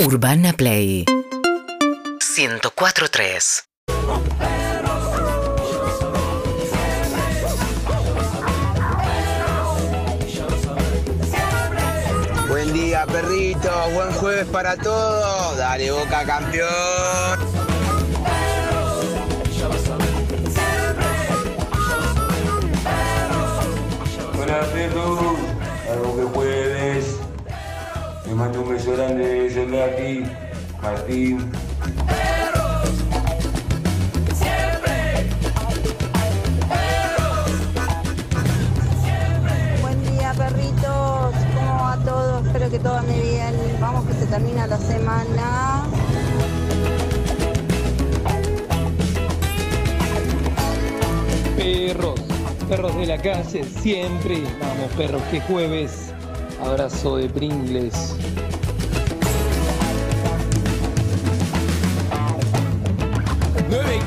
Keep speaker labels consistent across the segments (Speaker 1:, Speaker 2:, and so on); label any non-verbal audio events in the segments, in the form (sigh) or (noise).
Speaker 1: Urbana Play 104.3
Speaker 2: Buen día, perrito. Buen jueves para todos. Dale, boca campeón.
Speaker 3: Hola perro, algo que puedes. Te mando un beso grande desde aquí, Martín.
Speaker 4: Buen día, perritos. ¿Cómo va todo? Espero que todo ande bien. Vamos que se termina la semana.
Speaker 5: Perros, perros de la calle, siempre. Vamos, perros, que jueves. Abrazo de Pringles.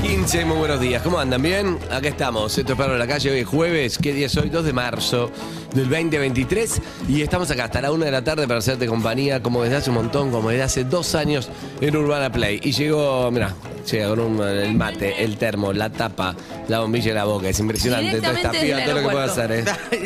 Speaker 6: y 15, muy buenos días. ¿Cómo andan? ¿Bien? Acá estamos. Esto es Perro de la Calle. Hoy es jueves. ¿Qué día es hoy? 2 de marzo del 2023. Y estamos acá hasta la 1 de la tarde para hacerte compañía, como desde hace un montón, como desde hace dos años en Urbana Play. Y llegó, mira, llega con un- el mate, el termo, la tapa, la bombilla y la boca. Es impresionante. Toda esta
Speaker 7: Directamente
Speaker 6: piba,
Speaker 7: desde
Speaker 6: todo
Speaker 7: el
Speaker 6: lo que puede hacer. ¿eh?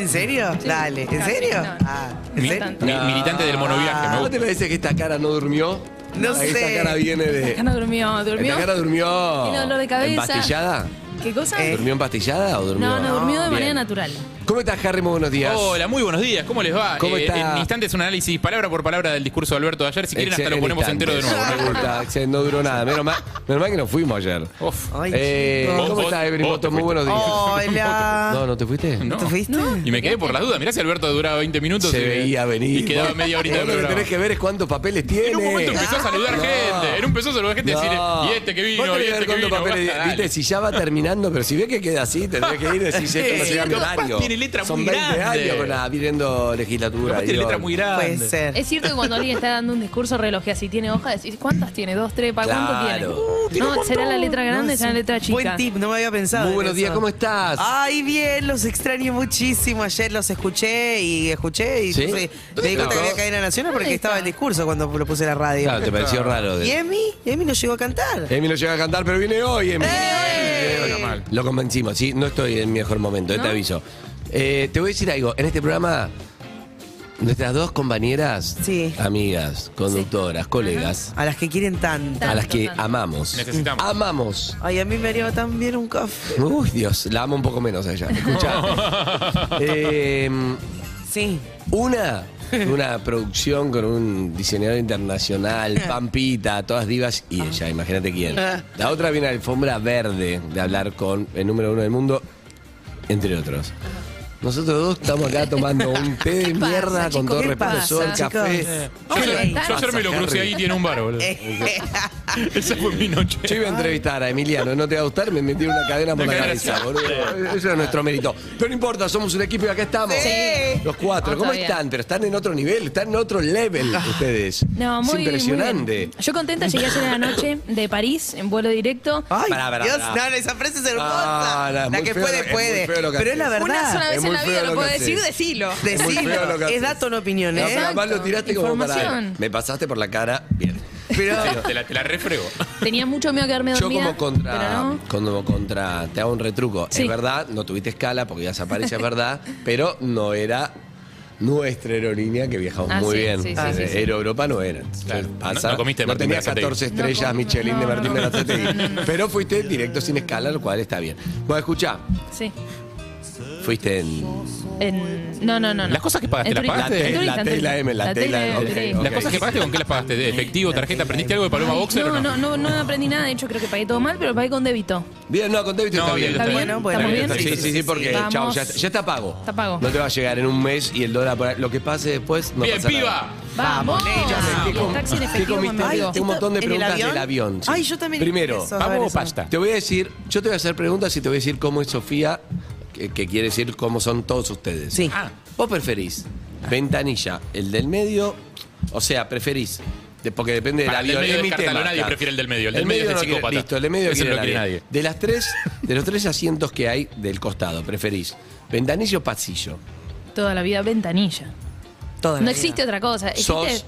Speaker 8: (laughs) ¿En serio? Dale, ¿en
Speaker 7: casi,
Speaker 8: serio?
Speaker 7: no.
Speaker 8: Ah, ¿en
Speaker 9: Mi-
Speaker 8: serio?
Speaker 9: mi- (laughs) militante del monoviaje, me
Speaker 6: ¿eh? Ah, ¿No
Speaker 9: gusta.
Speaker 6: te parece que esta cara no durmió? Ah,
Speaker 8: No
Speaker 6: Esta
Speaker 8: sé.
Speaker 6: cara viene de.
Speaker 7: Acá no durmió, durmió.
Speaker 6: Esta Eh, cara durmió.
Speaker 7: Tiene dolor de cabeza.
Speaker 6: ¿Empastillada?
Speaker 7: ¿Qué cosa?
Speaker 8: Eh.
Speaker 6: ¿Durmió empastillada o durmió?
Speaker 7: No, no, durmió de
Speaker 6: Bien.
Speaker 7: manera natural.
Speaker 6: ¿Cómo estás, Harry? Muy buenos días.
Speaker 9: Hola, muy buenos días, ¿cómo les va? Eh,
Speaker 6: ¿Cómo está?
Speaker 9: En instantes un análisis palabra por palabra del discurso de Alberto de ayer, si quieren
Speaker 6: Excel-
Speaker 9: hasta lo ponemos
Speaker 6: en
Speaker 9: entero de nuevo.
Speaker 6: instantes. Me gusta, Excel, no duró nada. Menos mal, menos mal que nos fuimos ayer.
Speaker 9: ¿no? Uf.
Speaker 8: Ay,
Speaker 6: Eh,
Speaker 8: chicos.
Speaker 6: ¿Cómo
Speaker 9: Vos-
Speaker 6: estás, Evelyn
Speaker 9: vos te
Speaker 6: Muy buenos días.
Speaker 7: Oh. (laughs)
Speaker 8: Hola.
Speaker 6: No, ¿no te fuiste?
Speaker 9: No.
Speaker 8: ¿Te fuiste?
Speaker 9: Y me quedé por las dudas, mirá si Alberto duraba 20 minutos.
Speaker 6: Se
Speaker 9: y-
Speaker 6: veía venir.
Speaker 9: Y quedaba media horita de
Speaker 6: Vos Lo que
Speaker 9: programa.
Speaker 6: tenés que ver es cuántos papeles tiene.
Speaker 9: En un momento empezó a saludar
Speaker 6: No.
Speaker 9: gente, en un empezó a saludar gente y decir, y este que vino,
Speaker 6: Vos
Speaker 9: y
Speaker 6: tenés que
Speaker 9: este
Speaker 6: ver
Speaker 9: que
Speaker 6: cuántos
Speaker 9: vino.
Speaker 6: papeles
Speaker 9: basta,
Speaker 6: tiene. Viste,
Speaker 9: dale.
Speaker 6: si ya va terminando, pero si ves que queda así, tendrás que ir y decir, esto no
Speaker 8: Sí,
Speaker 6: llega a mi
Speaker 9: capaz
Speaker 6: horario.
Speaker 9: tiene letra
Speaker 6: Son
Speaker 9: muy
Speaker 6: 20
Speaker 9: grande.
Speaker 6: años con la, viendo legislatura.
Speaker 9: Capaz tiene
Speaker 6: digo.
Speaker 9: letra muy grande.
Speaker 8: Puede
Speaker 6: Pues,
Speaker 8: ser.
Speaker 7: Es cierto que cuando alguien está dando un discurso relojea, si tiene hojas, decís, ¿cuántas tiene? ¿Dos, tres? ¿Para cuánto tiene? Uh,
Speaker 6: Claro. Uh,
Speaker 7: no, será la letra grande, será la letra chica.
Speaker 8: Buen tip, no me había pensado.
Speaker 6: Muy
Speaker 8: en
Speaker 6: buenos días,
Speaker 8: eso.
Speaker 6: ¿cómo estás?
Speaker 8: Ay, bien, los extraño muchísimo. Ayer los escuché y escuché y
Speaker 6: ¿Sí?
Speaker 8: no sé,
Speaker 6: ¿Dónde
Speaker 8: me di cuenta
Speaker 6: está?
Speaker 8: que había cadena nacional porque
Speaker 7: ¿Dónde
Speaker 8: estaba
Speaker 7: está?
Speaker 8: el discurso cuando lo puse en la radio.
Speaker 6: Claro, te pareció raro. de-
Speaker 8: Y Emi, Emi no llegó a cantar.
Speaker 6: Emi no llega a cantar, pero viene hoy, Emi.
Speaker 8: ¡Eh!
Speaker 9: Bueno, mal.
Speaker 6: Lo convencimos, ¿sí? No estoy en mi mejor momento, eh, te
Speaker 7: ¿No?
Speaker 6: aviso. Eh, te voy a decir algo. En este programa, nuestras dos compañeras,
Speaker 8: Sí.
Speaker 6: amigas, conductoras, colegas,
Speaker 8: A las que quieren tanto.
Speaker 6: a las que
Speaker 7: Tanto, tanto.
Speaker 6: amamos.
Speaker 9: Necesitamos.
Speaker 6: Amamos.
Speaker 8: Ay, a mí me haría tan bien un café.
Speaker 6: Uy, Dios, la amo un poco menos a ella. Escucha. Eh,
Speaker 8: Sí.
Speaker 6: Una, una producción con un diseñador
Speaker 7: (laughs)
Speaker 6: internacional, Pampita, todas divas y ella, imagínate quién.
Speaker 7: Ah.
Speaker 6: La otra viene a Alfombra Verde de hablar con el número uno del mundo, entre otros. Nosotros dos estamos acá tomando un té de
Speaker 7: pasa,
Speaker 6: mierda con
Speaker 7: chicos?
Speaker 6: todo
Speaker 7: ¿Qué
Speaker 6: respeto, el
Speaker 7: pasa,
Speaker 6: café.
Speaker 8: chicos?
Speaker 9: Yo
Speaker 7: ¿Qué
Speaker 9: ayer-
Speaker 7: le
Speaker 9: Yo ayer me lo
Speaker 6: pasa,
Speaker 9: crucé
Speaker 6: Harry?
Speaker 9: ahí y tiene un bárbaro.
Speaker 6: (laughs)
Speaker 9: Esa fue mi noche.
Speaker 6: Yo iba a entrevistar a Emiliano, no te va a gustar, me metí una cadena por la
Speaker 9: Declaración.
Speaker 6: cabeza, boludo. Eso es nuestro mérito. Pero no importa, somos un equipo y acá estamos.
Speaker 8: Sí.
Speaker 6: Los cuatro,
Speaker 7: Vamos
Speaker 6: ¿cómo
Speaker 7: todavía.
Speaker 6: están? Pero están en otro nivel, están en otro level
Speaker 8: Ah.
Speaker 6: ustedes.
Speaker 7: No, muy
Speaker 6: es impresionante.
Speaker 7: muy bien. Yo contenta, llegué ayer en la noche de París, en vuelo directo.
Speaker 8: Ay,
Speaker 6: Pará, pará,
Speaker 8: Dios,
Speaker 6: pará.
Speaker 8: no, no, esa frase es
Speaker 6: Ah,
Speaker 8: hermosa.
Speaker 6: no, es
Speaker 8: la
Speaker 6: muy
Speaker 8: que
Speaker 6: feo
Speaker 8: puede,
Speaker 6: lo- es muy
Speaker 8: puede.
Speaker 6: feo lo que
Speaker 8: pero es la
Speaker 6: haces.
Speaker 7: Una sola
Speaker 8: verdad.
Speaker 7: vez
Speaker 6: es
Speaker 7: en
Speaker 6: muy
Speaker 7: la
Speaker 6: feo
Speaker 7: vida
Speaker 6: lo
Speaker 7: lo
Speaker 6: que
Speaker 7: puedo
Speaker 6: haces.
Speaker 7: decir, decilo.
Speaker 6: Es muy feo lo que
Speaker 8: Decilo.
Speaker 6: haces.
Speaker 8: Es dato, no opinión,
Speaker 6: No,
Speaker 8: ¿eh?
Speaker 6: pero además lo tiraste como para.
Speaker 7: Información.
Speaker 6: Me pasaste por la cara. Bien.
Speaker 9: Te- Te la, te la refrego.
Speaker 7: Tenía mucho miedo a quedarme
Speaker 6: Yo
Speaker 7: dormida.
Speaker 6: como contra,
Speaker 7: Pero no.
Speaker 6: como contra, te hago un retruco.
Speaker 7: Sí.
Speaker 6: Es verdad, no tuviste escala porque ya se aparece, es
Speaker 7: (laughs)
Speaker 6: verdad, pero no era nuestra aerolínea que viajamos
Speaker 7: Ah,
Speaker 6: muy
Speaker 7: sí,
Speaker 6: bien. Eh,
Speaker 7: sí, sí, sí, sí.
Speaker 6: Aero Europa no era.
Speaker 9: Claro.
Speaker 6: Pasa,
Speaker 9: No- no comiste Martín
Speaker 6: tenías
Speaker 9: Berazategui.
Speaker 6: 14 estrellas
Speaker 7: No,
Speaker 6: Michelin
Speaker 7: no,
Speaker 6: de Martín
Speaker 7: no.
Speaker 6: Berazategui. Pero fuiste directo sin escala, lo cual está bien. Bueno, escuchá,
Speaker 7: Sí.
Speaker 6: fuiste en
Speaker 7: En- no, no, no, no.
Speaker 9: Las cosas que pagaste,
Speaker 7: En
Speaker 9: ¿las
Speaker 7: turista,
Speaker 9: pagaste?
Speaker 7: en turista,
Speaker 9: La
Speaker 6: T y
Speaker 7: en
Speaker 6: la
Speaker 7: turista.
Speaker 6: M, la T y la M,
Speaker 7: T y
Speaker 6: ok.
Speaker 7: la
Speaker 9: Las cosas que pagaste, ¿con qué las pagaste? ¿De efectivo, tarjeta? ¿Aprendiste algo de Paloma Boxer o
Speaker 7: No, no, no, no aprendí nada. De hecho, creo que pagué todo mal, pero pagué con débito.
Speaker 6: Bien, no, con débito
Speaker 9: No,
Speaker 6: está
Speaker 9: bien,
Speaker 6: bien.
Speaker 7: ¿Está bien?
Speaker 8: Bueno, bueno,
Speaker 7: ¿Estamos
Speaker 6: Sí,
Speaker 7: bien?
Speaker 6: sí, sí, porque
Speaker 7: Vamos.
Speaker 6: chau, ya, está- ya está pago.
Speaker 7: Está pago.
Speaker 6: No te va a llegar en un mes y el dólar. por ahí- Lo que pase después no
Speaker 9: Bien,
Speaker 6: pasa nada.
Speaker 9: piba.
Speaker 7: ¡Vamos!
Speaker 6: ¿Qué com-
Speaker 7: Ah, Taxi en
Speaker 6: qué
Speaker 7: efectivo
Speaker 6: comiste?
Speaker 7: me
Speaker 8: Ay,
Speaker 7: pegó.
Speaker 6: Tengo un montón de
Speaker 8: ¿en el
Speaker 6: preguntas
Speaker 8: avión?
Speaker 6: del avión. sí.
Speaker 8: Ay, yo también
Speaker 6: Primero,
Speaker 8: empiezo.
Speaker 9: Pavo
Speaker 8: ver,
Speaker 9: o
Speaker 8: eso.
Speaker 9: pasta.
Speaker 6: te voy a decir, yo te voy a hacer preguntas y te voy a decir cómo es Sofía, que, que quiere decir cómo son todos ustedes.
Speaker 8: Sí.
Speaker 9: Ah.
Speaker 6: ¿Vos preferís ventanilla, el del medio? O sea, preferís. de- porque depende del
Speaker 9: Para, el del
Speaker 6: avión.
Speaker 9: medio
Speaker 6: Es
Speaker 9: del
Speaker 6: mi
Speaker 9: cartalo,
Speaker 6: tema,
Speaker 9: nadie
Speaker 6: claro.
Speaker 9: prefiere el del medio, el del medio es de
Speaker 6: no quiere-
Speaker 9: psicópata.
Speaker 6: Listo, el del medio
Speaker 9: Ese
Speaker 6: quiere
Speaker 9: no lo quiere nadie.
Speaker 6: De las tres, de los tres asientos que hay del costado, preferís ventanilla o pasillo.
Speaker 7: Toda la vida ventanilla.
Speaker 8: Toda la
Speaker 7: No
Speaker 8: vida.
Speaker 7: existe otra cosa. Existe
Speaker 6: Sos-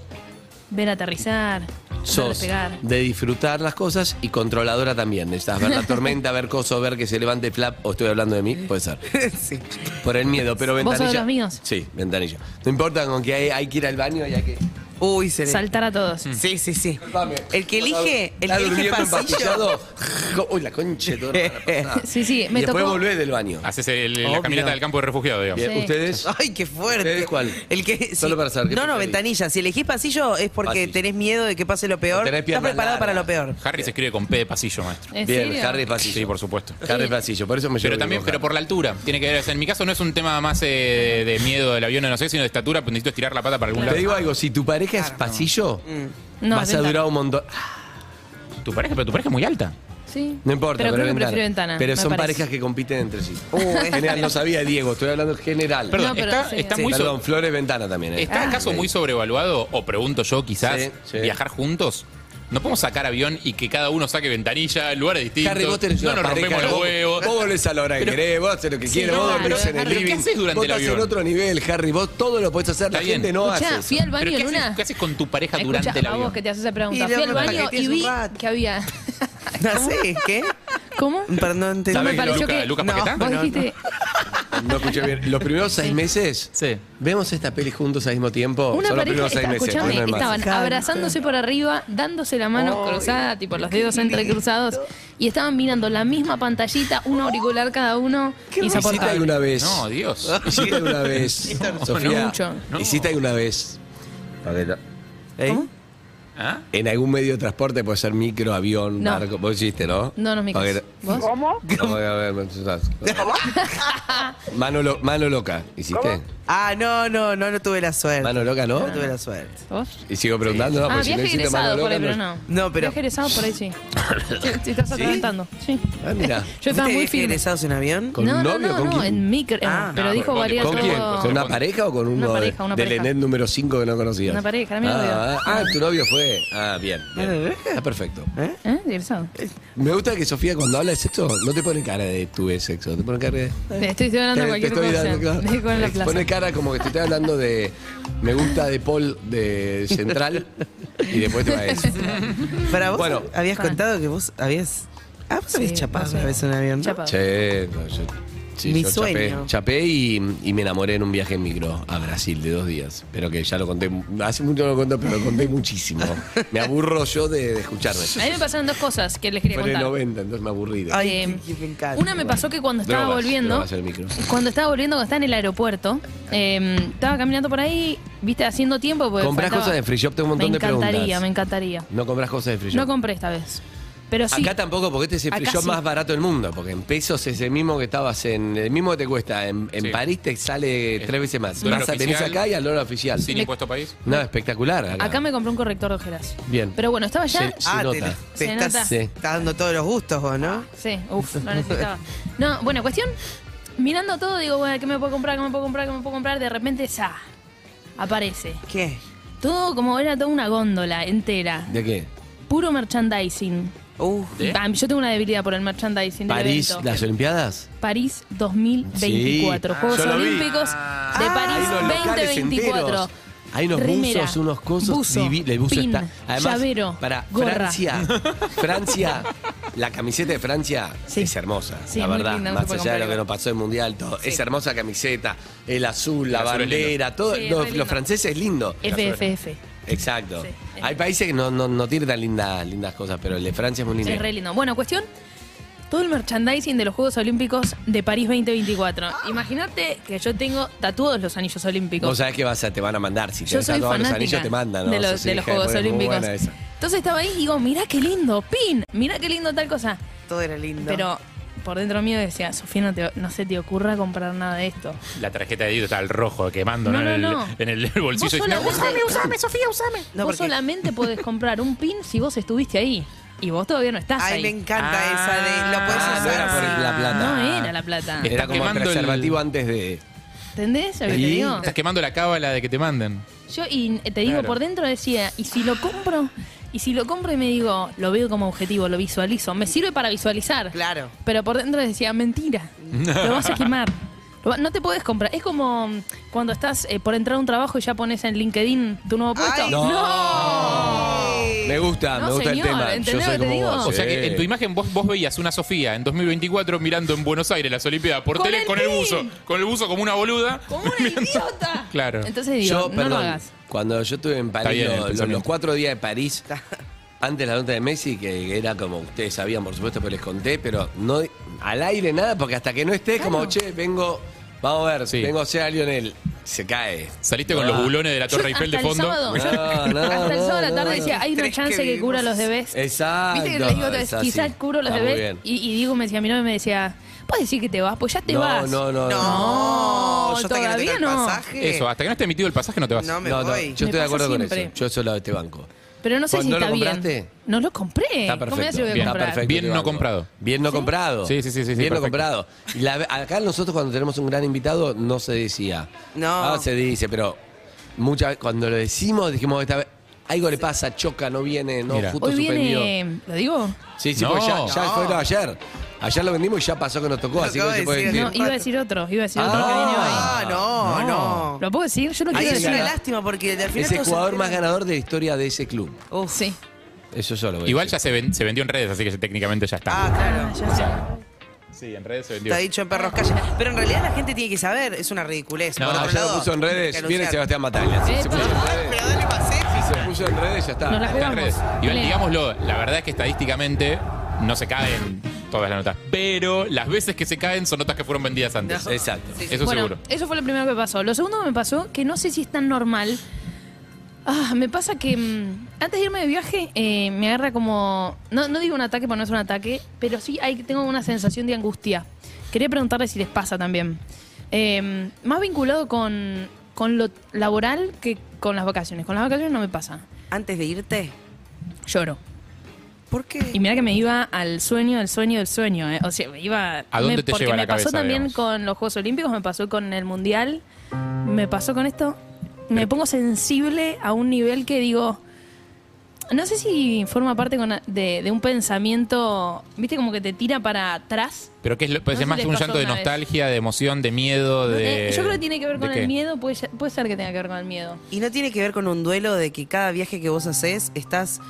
Speaker 7: ver aterrizar.
Speaker 6: sos
Speaker 7: despegar.
Speaker 6: de disfrutar las cosas y controladora también. Necesitas ver
Speaker 7: (laughs)
Speaker 6: la tormenta, ver coso, ver que se levante flap. O estoy hablando de mí, puede ser.
Speaker 8: (laughs) sí.
Speaker 6: Por el miedo, pero
Speaker 7: ¿Vos
Speaker 6: ventanilla.
Speaker 7: sos de los míos?
Speaker 6: Sí, ventanilla. No importa con que hay, hay que ir al baño y hay que.
Speaker 8: Uy, se le...
Speaker 7: Saltar a
Speaker 6: Mm.
Speaker 7: todos.
Speaker 8: Sí, sí, sí. El que elige, el
Speaker 6: Está
Speaker 8: que elige
Speaker 6: durmiendo
Speaker 8: pasillo.
Speaker 6: empastillado. Uy, la concha de tu hermana, la pasada.
Speaker 7: Sí, sí, me
Speaker 6: y después
Speaker 7: tocó.
Speaker 6: volvés del baño.
Speaker 9: Haces el- el-
Speaker 6: Obvio.
Speaker 9: la caminata del campo de refugiados, digamos.
Speaker 6: Bien,
Speaker 7: Sí.
Speaker 6: ¿Ustedes?
Speaker 8: Ay, qué Ah, fuerte.
Speaker 6: ¿Ustedes cuál?
Speaker 8: El que,
Speaker 6: Solo
Speaker 8: sí.
Speaker 6: para saber, ¿qué
Speaker 8: No, no,
Speaker 6: preferís?
Speaker 8: ventanilla. Si elegís pasillo es porque
Speaker 6: Pasillo.
Speaker 8: tenés miedo de que pase lo
Speaker 6: O
Speaker 8: peor.
Speaker 6: tenés
Speaker 8: Estás
Speaker 6: piernas
Speaker 8: preparado para
Speaker 6: largas.
Speaker 8: lo peor.
Speaker 9: Harry se escribe con P de pasillo, maestro.
Speaker 7: ¿En
Speaker 6: Bien,
Speaker 7: serio?
Speaker 6: Harry Pasillo.
Speaker 9: Sí, por supuesto.
Speaker 6: Harry Pasillo, por eso me llevo
Speaker 9: Pero
Speaker 6: bien
Speaker 9: también,
Speaker 6: con
Speaker 9: pero
Speaker 6: Harry.
Speaker 9: por la altura. Tiene que ver. o sea, En mi caso no es un tema más eh, de miedo del avión, no sé, sino de estatura, pues necesito estirar la pata para algún
Speaker 6: Te
Speaker 9: lado.
Speaker 6: digo algo, si tu pareja es pasillo,
Speaker 7: Mm. No,
Speaker 6: vas a
Speaker 7: ventana.
Speaker 6: durar un montón. Ah,
Speaker 9: Tu pareja, pero tu pareja es muy alta.
Speaker 7: Sí.
Speaker 6: No importa, pero,
Speaker 7: pero, creo que
Speaker 6: ventana.
Speaker 7: prefiero ventana.
Speaker 6: Pero
Speaker 7: me
Speaker 6: son
Speaker 7: parece.
Speaker 6: parejas que compiten entre sí.
Speaker 8: Uh, es-
Speaker 6: general, no sabía Diego, estoy hablando en general.
Speaker 9: Perdón,
Speaker 7: No, pero
Speaker 9: está,
Speaker 7: sí.
Speaker 9: está
Speaker 6: Sí,
Speaker 9: muy so-
Speaker 6: perdón, Flores Ventana también. eh.
Speaker 9: ¿Está acaso muy sobrevaluado, o pregunto yo quizás,
Speaker 6: Sí, sí.
Speaker 9: viajar juntos? ¿No podemos sacar avión y que cada uno saque ventanilla, lugares distintos?
Speaker 6: Harry, vos tenés
Speaker 9: no
Speaker 6: una
Speaker 9: nos
Speaker 6: pareja,
Speaker 9: rompemos los
Speaker 6: vos-
Speaker 9: huevos.
Speaker 6: Vos volvés a la hora que querés, vos haces lo que
Speaker 7: Sí,
Speaker 6: quieres,
Speaker 7: no,
Speaker 6: vos
Speaker 7: pero-
Speaker 6: dormís en el
Speaker 7: Harry, ¿qué
Speaker 6: living.
Speaker 9: haces durante
Speaker 6: vos
Speaker 9: el
Speaker 6: estás
Speaker 9: avión?
Speaker 6: en otro nivel, Harry. Vos todo lo podés hacer, la
Speaker 9: Está
Speaker 6: gente
Speaker 9: bien.
Speaker 6: no
Speaker 7: Escuchá,
Speaker 6: hace. eso.
Speaker 7: fui al baño
Speaker 9: ¿Pero qué
Speaker 7: en
Speaker 9: haces,
Speaker 7: una.
Speaker 9: qué haces con tu pareja
Speaker 7: Escuchá,
Speaker 9: durante el
Speaker 7: a
Speaker 9: avión?
Speaker 7: vos que te haces esa
Speaker 8: Y
Speaker 7: pregunta.
Speaker 8: le
Speaker 7: Fui al
Speaker 8: vamos a
Speaker 7: baño
Speaker 8: paquetear
Speaker 7: y
Speaker 8: un
Speaker 7: vi
Speaker 8: rato.
Speaker 7: que había.
Speaker 2: (laughs)
Speaker 8: No sé, ¿qué?
Speaker 6: (laughs)
Speaker 7: ¿Cómo?
Speaker 8: Perdón, no entendí.
Speaker 7: No me
Speaker 9: que
Speaker 7: pareció
Speaker 9: Luca-
Speaker 7: que.
Speaker 9: Luca
Speaker 7: No,
Speaker 9: Paquetá?
Speaker 7: vos
Speaker 9: No, no.
Speaker 7: dijiste.
Speaker 6: No escuché bien. Los primeros seis meses,
Speaker 9: Sí.
Speaker 6: vemos esta peli juntos al mismo tiempo.
Speaker 7: Una
Speaker 6: Son los
Speaker 7: pareja,
Speaker 6: primeros seis
Speaker 7: esta-
Speaker 6: meses.
Speaker 7: escuchame,
Speaker 6: después no hay más.
Speaker 7: estaban
Speaker 8: Claro,
Speaker 7: abrazándose por arriba, dándose la mano cruzada, tipo los dedos entrecruzados, y estaban mirando la misma pantallita, un auricular cada uno, y
Speaker 6: ¿Hiciste
Speaker 7: insoportable.
Speaker 6: alguna vez?
Speaker 9: No, Dios. (laughs)
Speaker 6: ¿Hiciste alguna
Speaker 7: (laughs)
Speaker 6: vez? Sofía,
Speaker 7: no mucho.
Speaker 9: No.
Speaker 6: ¿hiciste alguna vez?
Speaker 8: ¿Eh?
Speaker 9: ¿Ah?
Speaker 6: En algún medio de transporte puede ser micro, avión,
Speaker 7: No.
Speaker 6: barco. Vos hiciste, ¿no?
Speaker 7: No, no, mi
Speaker 6: Paquetá.
Speaker 7: caso. ¿Vos?
Speaker 6: ¿Cómo? A ver, me asustás. Mano, lo- mano loca, ¿hiciste?
Speaker 8: Ah, no, no, no, no tuve la suerte.
Speaker 6: Mano loca, ¿no?
Speaker 8: No tuve la suerte.
Speaker 7: ¿Vos?
Speaker 6: Y sigo preguntando, no,
Speaker 7: ah,
Speaker 6: porque si no
Speaker 7: viaje
Speaker 6: hiciste
Speaker 7: egresado
Speaker 6: mano
Speaker 7: por
Speaker 6: loca.
Speaker 7: ahí, pero no.
Speaker 8: No, pero-
Speaker 7: Viaje egresado por ahí sí.
Speaker 6: (laughs)
Speaker 7: Te, te estás atragantando. Sí.
Speaker 6: Ah, mira.
Speaker 7: Yo estaba
Speaker 8: ¿Viste
Speaker 7: muy
Speaker 8: viaje
Speaker 7: firme.
Speaker 8: egresados en avión?
Speaker 6: ¿Con
Speaker 7: no,
Speaker 6: novio?
Speaker 7: no,
Speaker 6: ¿Con
Speaker 7: no,
Speaker 6: quién?
Speaker 7: en micro.
Speaker 8: Ah.
Speaker 7: pero
Speaker 9: No,
Speaker 7: dijo
Speaker 9: con-
Speaker 7: valía
Speaker 9: con
Speaker 7: todo.
Speaker 9: quién?
Speaker 6: ¿Con una pareja o con uno
Speaker 7: Una pareja, una
Speaker 6: del
Speaker 7: pareja.
Speaker 6: ENET número 5 que no conocías?
Speaker 7: Una pareja, era mi
Speaker 6: ah,
Speaker 7: novio.
Speaker 6: Ah, ah, tu novio fue. Ah, bien. bien. Está perfecto.
Speaker 7: ¿Eh? Egresado.
Speaker 6: Me gusta que Sofía cuando habla de sexo no te pone cara de tuve sexo, te pone cara de...
Speaker 7: Te estoy hablando de
Speaker 6: Te- te
Speaker 7: cualquier
Speaker 6: estoy
Speaker 7: cosa.
Speaker 6: dando, claro.
Speaker 7: Dijo en la
Speaker 6: Te
Speaker 7: plaza. (laughs)
Speaker 6: Pone cara como que te estoy hablando de me gusta de Paul de Central y después te va a decir.
Speaker 8: Para vos eh,
Speaker 6: Bueno.
Speaker 8: habías
Speaker 7: Ah.
Speaker 8: contado que vos habías. Ah, vos habías
Speaker 7: Sí,
Speaker 8: chapado
Speaker 7: pasé.
Speaker 8: una vez en un avión. ¿no?
Speaker 7: Chapado.
Speaker 6: Che, no, yo, sí,
Speaker 8: ah. Mi
Speaker 6: yo
Speaker 8: sueño.
Speaker 6: chapé, chapé y, y me enamoré en un viaje en micro a Brasil de dos días. Pero que ya lo conté, hace mucho no lo conté, pero lo conté muchísimo. Me aburro yo de, de escucharme.
Speaker 7: A mí me pasaron dos cosas que les quería
Speaker 6: Fue en el
Speaker 7: contar.
Speaker 6: 90, entonces me aburrí. de-
Speaker 8: Ay,
Speaker 7: Eh,
Speaker 8: qué- qué- me encanta.
Speaker 7: Una me pasó que cuando estaba
Speaker 6: Drogas,
Speaker 7: volviendo,
Speaker 6: drogas eh. en el micro.
Speaker 7: cuando estaba volviendo, cuando estaba en el aeropuerto, eh, estaba caminando por ahí, viste, haciendo tiempo. porque
Speaker 6: ¿Comprás
Speaker 7: faltaba-
Speaker 6: cosas de free shop? Tengo un montón
Speaker 7: me
Speaker 6: de preguntas.
Speaker 7: encantaría, me encantaría.
Speaker 6: No compras cosas de free shop.
Speaker 7: No compré esta vez. Pero sí.
Speaker 6: Acá tampoco, porque este es el
Speaker 7: Acá
Speaker 6: free shop
Speaker 7: sí.
Speaker 6: más barato del mundo, porque en pesos es el mismo que estabas en, el mismo que te cuesta, en, en
Speaker 9: Sí.
Speaker 6: París te sale
Speaker 9: Es
Speaker 6: tres veces más.
Speaker 9: dólar
Speaker 6: Vas a tenés
Speaker 9: oficial.
Speaker 6: acá y al dólar oficial.
Speaker 9: Sin impuesto país.
Speaker 6: No, espectacular. Acá,
Speaker 7: Acá me compré un corrector de ojeras.
Speaker 6: Bien.
Speaker 7: Pero bueno, estaba ya.
Speaker 6: Sí. Se
Speaker 8: Ah, te,
Speaker 6: nota.
Speaker 8: te
Speaker 7: Se
Speaker 8: estás,
Speaker 7: nota.
Speaker 6: Sí.
Speaker 8: estás dando todos los gustos vos, ¿no?
Speaker 7: Sí, uff, lo necesitaba. No, bueno, cuestión. Mirando todo, digo, bueno, ¿qué me puedo comprar? ¿Qué me puedo comprar? ¿Qué me puedo comprar? De repente, ¡sa! Aparece.
Speaker 8: ¿Qué?
Speaker 7: Todo como era toda una góndola entera.
Speaker 6: ¿De qué?
Speaker 7: Puro merchandising.
Speaker 8: Uf.
Speaker 7: Ah, Yo tengo una debilidad por el merchandising. del
Speaker 6: París,
Speaker 7: evento.
Speaker 6: las Olimpiadas.
Speaker 7: París 2024.
Speaker 6: Sí.
Speaker 7: Juegos
Speaker 6: Yo lo vi.
Speaker 7: Olímpicos de París
Speaker 6: Hay unos locales
Speaker 7: 2024.
Speaker 6: enteros. Hay unos
Speaker 7: Remera,
Speaker 6: buzos, unos cosos
Speaker 7: buzo,
Speaker 6: divi- El buzo
Speaker 7: pin,
Speaker 6: está. Además,
Speaker 7: llavero,
Speaker 6: para
Speaker 7: gorra.
Speaker 6: Francia,
Speaker 7: (laughs)
Speaker 6: Francia, la camiseta de Francia
Speaker 7: Sí.
Speaker 6: es hermosa,
Speaker 7: Sí,
Speaker 6: la
Speaker 7: muy
Speaker 6: verdad.
Speaker 7: linda, no
Speaker 6: más
Speaker 7: se puede
Speaker 6: allá de lo
Speaker 7: comparar.
Speaker 6: que nos pasó en Mundial, todo. Es hermosa camiseta, el azul, la
Speaker 9: El azul es
Speaker 6: bandera, todo.
Speaker 7: Sí, es
Speaker 6: lo,
Speaker 7: re
Speaker 6: lo
Speaker 7: lindo.
Speaker 6: francés es lindo.
Speaker 7: FFF.
Speaker 6: Exacto.
Speaker 7: Sí, es
Speaker 6: Hay países que no, no, no tienen tan lindas, lindas cosas, pero el de Francia es muy lindo.
Speaker 7: Es re lindo. Bueno, cuestión. Todo el merchandising de los Juegos Olímpicos de París 2024. Imagínate que yo tengo tatuados los anillos olímpicos.
Speaker 6: Ah. Vos sabés que vas a, te van a mandar. Si
Speaker 7: yo
Speaker 6: tenés a
Speaker 7: soy
Speaker 6: todos los
Speaker 7: fanática
Speaker 6: anillos, te mandan. ¿no?
Speaker 7: de los,
Speaker 6: Sos
Speaker 7: de los
Speaker 6: hija de
Speaker 7: Juegos
Speaker 6: puta, es muy
Speaker 7: Olímpicos.
Speaker 6: buena esa.
Speaker 7: Entonces estaba ahí y digo, mirá qué lindo, pin, mirá qué lindo tal cosa.
Speaker 8: Todo era lindo.
Speaker 7: Pero por dentro mío decía, Sofía, no, te- no se te ocurra comprar nada de esto.
Speaker 9: La tarjeta de débito está al rojo, quemando
Speaker 7: No,
Speaker 9: ¿no? en,
Speaker 7: no,
Speaker 9: el,
Speaker 7: no.
Speaker 9: en el (laughs) bolsillo.
Speaker 7: Vos
Speaker 9: diciendo,
Speaker 7: solamente-
Speaker 9: "Usame, usame, Sofía, usame.
Speaker 8: No, porque-
Speaker 7: vos solamente
Speaker 8: (laughs)
Speaker 7: podés comprar un pin si vos estuviste ahí. Y vos todavía no estás
Speaker 8: Ay,
Speaker 7: ahí.
Speaker 8: me encanta
Speaker 9: Ah,
Speaker 8: esa de. Lo puedes
Speaker 6: Ah, no
Speaker 8: usar.
Speaker 6: era por el- la plata.
Speaker 7: No era la plata.
Speaker 9: Está
Speaker 6: Ah. Era como el
Speaker 9: quemando el-
Speaker 6: preservativo antes de.
Speaker 7: ¿Entendés? lo que te
Speaker 6: Eh, Sí.
Speaker 7: digo?
Speaker 9: Estás quemando la cábala de que te manden.
Speaker 7: Yo y te digo,
Speaker 9: Claro.
Speaker 7: por dentro decía, ¿y si lo compro? Y si lo compro y me digo, lo veo como objetivo, lo visualizo, me sirve para visualizar.
Speaker 8: Claro.
Speaker 7: Pero por dentro decía, mentira, lo vas a quemar. Lo va- No te podés comprar. Es como mm, cuando estás eh, por entrar a un trabajo y ya pones en LinkedIn tu nuevo puesto.
Speaker 8: Ay,
Speaker 7: ¡No!
Speaker 8: Ay, Sí.
Speaker 6: Me gusta,
Speaker 7: No,
Speaker 6: me gusta
Speaker 7: señor,
Speaker 6: el tema. Yo
Speaker 7: ¿entendés
Speaker 6: soy
Speaker 7: lo que te
Speaker 6: como
Speaker 7: digo?
Speaker 6: vos. Eh,
Speaker 9: O sea que
Speaker 6: sí.
Speaker 9: en tu imagen vos, vos veías una Sofía en 2024 mirando en Buenos Aires las Olimpiadas por
Speaker 7: Con
Speaker 9: tele
Speaker 7: el
Speaker 9: con el
Speaker 7: pin.
Speaker 9: buzo. Con el buzo como una boluda.
Speaker 7: Como una
Speaker 9: (laughs) mirando-
Speaker 7: idiota.
Speaker 9: Claro.
Speaker 7: Entonces digo,
Speaker 6: Yo,
Speaker 7: no
Speaker 6: perdón,
Speaker 7: lo hagas.
Speaker 6: cuando yo estuve en París,
Speaker 9: bien el
Speaker 6: lo- lo- los,
Speaker 9: pensamiento.
Speaker 6: cuatro días de París, antes la nota de Messi, que era como ustedes sabían, por supuesto, que les conté, pero no al aire nada, porque hasta que no esté, como, che, vengo, vamos a ver,
Speaker 9: Sí.
Speaker 6: vengo a ser a Lionel, se cae.
Speaker 9: Saliste con
Speaker 6: Ah.
Speaker 9: los bulones de la Torre Eiffel de
Speaker 7: hasta el
Speaker 9: fondo.
Speaker 6: No, no,
Speaker 7: sábado. (laughs) Hasta el
Speaker 6: no,
Speaker 7: sábado a la
Speaker 6: no.
Speaker 7: tarde decía, hay una
Speaker 8: ¿Crees que
Speaker 7: chance que,
Speaker 8: vivimos?
Speaker 7: cubra los bebés.
Speaker 6: Exacto,
Speaker 7: Viste que le digo otra vez,
Speaker 6: es así.
Speaker 7: quizás cubro los
Speaker 6: Está muy
Speaker 7: bebés.
Speaker 6: bien.
Speaker 7: Y, y Diego me decía, mi novio me decía, ¿puedes decir que te vas? Pues ya te
Speaker 6: no,
Speaker 7: vas.
Speaker 6: no, no,
Speaker 8: No,
Speaker 6: no.
Speaker 7: No,
Speaker 8: yo hasta que no tenga
Speaker 7: todavía
Speaker 8: el
Speaker 7: no.
Speaker 8: pasaje.
Speaker 9: Eso, hasta que no esté emitido el pasaje no te vas.
Speaker 8: No me
Speaker 6: No, no,
Speaker 8: voy.
Speaker 6: yo
Speaker 7: Me
Speaker 6: estoy de
Speaker 7: pasa
Speaker 6: acuerdo con
Speaker 7: siempre.
Speaker 6: eso. Yo soy lado de este banco.
Speaker 7: Pero no sé
Speaker 6: ¿Cuál,
Speaker 7: si
Speaker 6: no lo
Speaker 7: está bien.
Speaker 6: compraste?
Speaker 7: No lo compré.
Speaker 8: Eh,
Speaker 6: Está perfecto.
Speaker 7: ¿Cómo me lo voy a
Speaker 6: Bien, está
Speaker 7: comprar?
Speaker 6: perfecto,
Speaker 9: Bien
Speaker 6: te
Speaker 9: no
Speaker 6: banco.
Speaker 9: comprado.
Speaker 6: Bien no comprado.
Speaker 9: Sí, sí, sí, sí, sí,
Speaker 6: Bien no
Speaker 9: perfecto.
Speaker 6: comprado. Y la- acá nosotros cuando tenemos un gran invitado no se decía.
Speaker 8: No.
Speaker 6: Ahora se dice, pero muchas veces cuando lo decimos dijimos esta vez algo le pasa, choca, no viene, no,
Speaker 9: Mira.
Speaker 6: justo
Speaker 7: Hoy
Speaker 6: suspendió.
Speaker 7: viene, ¿lo digo?
Speaker 6: Sí, sí,
Speaker 9: No.
Speaker 6: porque ya, ya
Speaker 8: No.
Speaker 6: fue no, ayer. Ayer lo vendimos y ya pasó que nos tocó,
Speaker 8: Lo
Speaker 6: así que no
Speaker 8: acabo
Speaker 6: se
Speaker 8: de
Speaker 6: puede
Speaker 8: decir.
Speaker 6: decir.
Speaker 7: No, iba a decir otro, iba a decir otro que viene hoy.
Speaker 8: Ah, no, no.
Speaker 7: ¿Lo puedo decir? Yo no
Speaker 8: Ahí
Speaker 7: quiero
Speaker 8: es una
Speaker 7: decirlo.
Speaker 8: lástima porque al final.
Speaker 6: es el
Speaker 8: todos
Speaker 6: jugador
Speaker 8: se
Speaker 6: más
Speaker 8: enteran.
Speaker 6: ganador de la historia de ese club.
Speaker 7: Sí.
Speaker 6: Eso solo. voy a
Speaker 9: Igual
Speaker 6: decir.
Speaker 9: ya se, ven- se vendió en redes, así que ya técnicamente ya está.
Speaker 8: Ah, claro.
Speaker 7: Ya sé.
Speaker 9: Sí, en redes se vendió.
Speaker 8: Está dicho en perros calle. Pero en realidad la gente tiene que saber. Es una ridiculez.
Speaker 9: No,
Speaker 8: Por otro
Speaker 6: Ayer lo
Speaker 8: lado,
Speaker 6: puso en
Speaker 8: hay
Speaker 6: redes,
Speaker 8: que
Speaker 6: viene
Speaker 8: anunciar. Eh.
Speaker 6: Sebastián Batalla. Sí,
Speaker 7: Eh,
Speaker 6: se puso en
Speaker 8: Ay,
Speaker 6: redes.
Speaker 8: pero dale pase.
Speaker 6: Se puso en redes, ya está.
Speaker 7: Nos la
Speaker 9: Está en
Speaker 7: jugamos.
Speaker 9: redes. Igual,
Speaker 7: Pleno.
Speaker 9: digámoslo, la verdad es que estadísticamente no se caen todas las notas. Pero las veces que se caen son notas que fueron vendidas antes.
Speaker 8: No.
Speaker 6: Exacto.
Speaker 8: Sí, sí.
Speaker 9: Eso
Speaker 7: bueno,
Speaker 9: seguro.
Speaker 7: eso fue lo primero que me pasó. Lo segundo que me pasó, que no sé si es tan normal. Ah, me pasa que mm, antes de irme de viaje eh, me agarra como. No, no digo un ataque porque no es un ataque, pero sí hay, tengo una sensación de angustia. Quería preguntarle si les pasa también. Eh, más vinculado con, con lo laboral que con las vacaciones. Con las vacaciones no me pasa.
Speaker 8: Antes de irte,
Speaker 7: Lloro.
Speaker 8: ¿por qué?
Speaker 7: Y mira que me iba al sueño, del sueño, del sueño. ¿eh? O sea, me iba.
Speaker 9: ¿A dónde
Speaker 7: me-
Speaker 9: te
Speaker 7: Porque
Speaker 9: lleva
Speaker 7: me
Speaker 9: la
Speaker 7: pasó
Speaker 9: cabeza,
Speaker 7: también
Speaker 9: digamos?
Speaker 7: con los Juegos Olímpicos, me pasó con el Mundial, me pasó con esto. Me pongo sensible a un nivel que digo. No sé si forma parte con- de, de un pensamiento, viste, como que te tira para atrás.
Speaker 9: Pero que es, lo- pues,
Speaker 7: No
Speaker 9: es
Speaker 7: sé
Speaker 9: más
Speaker 7: si
Speaker 9: un
Speaker 7: les pasó
Speaker 9: llanto de
Speaker 7: una vez.
Speaker 9: nostalgia, de emoción, de miedo, de.
Speaker 7: Eh, Yo creo que tiene que ver
Speaker 9: ¿de
Speaker 7: con
Speaker 9: qué?
Speaker 7: el miedo, puede, ser- puede ser que tenga que ver con el miedo.
Speaker 8: ¿Y no tiene que ver con un duelo de que cada viaje que vos haces estás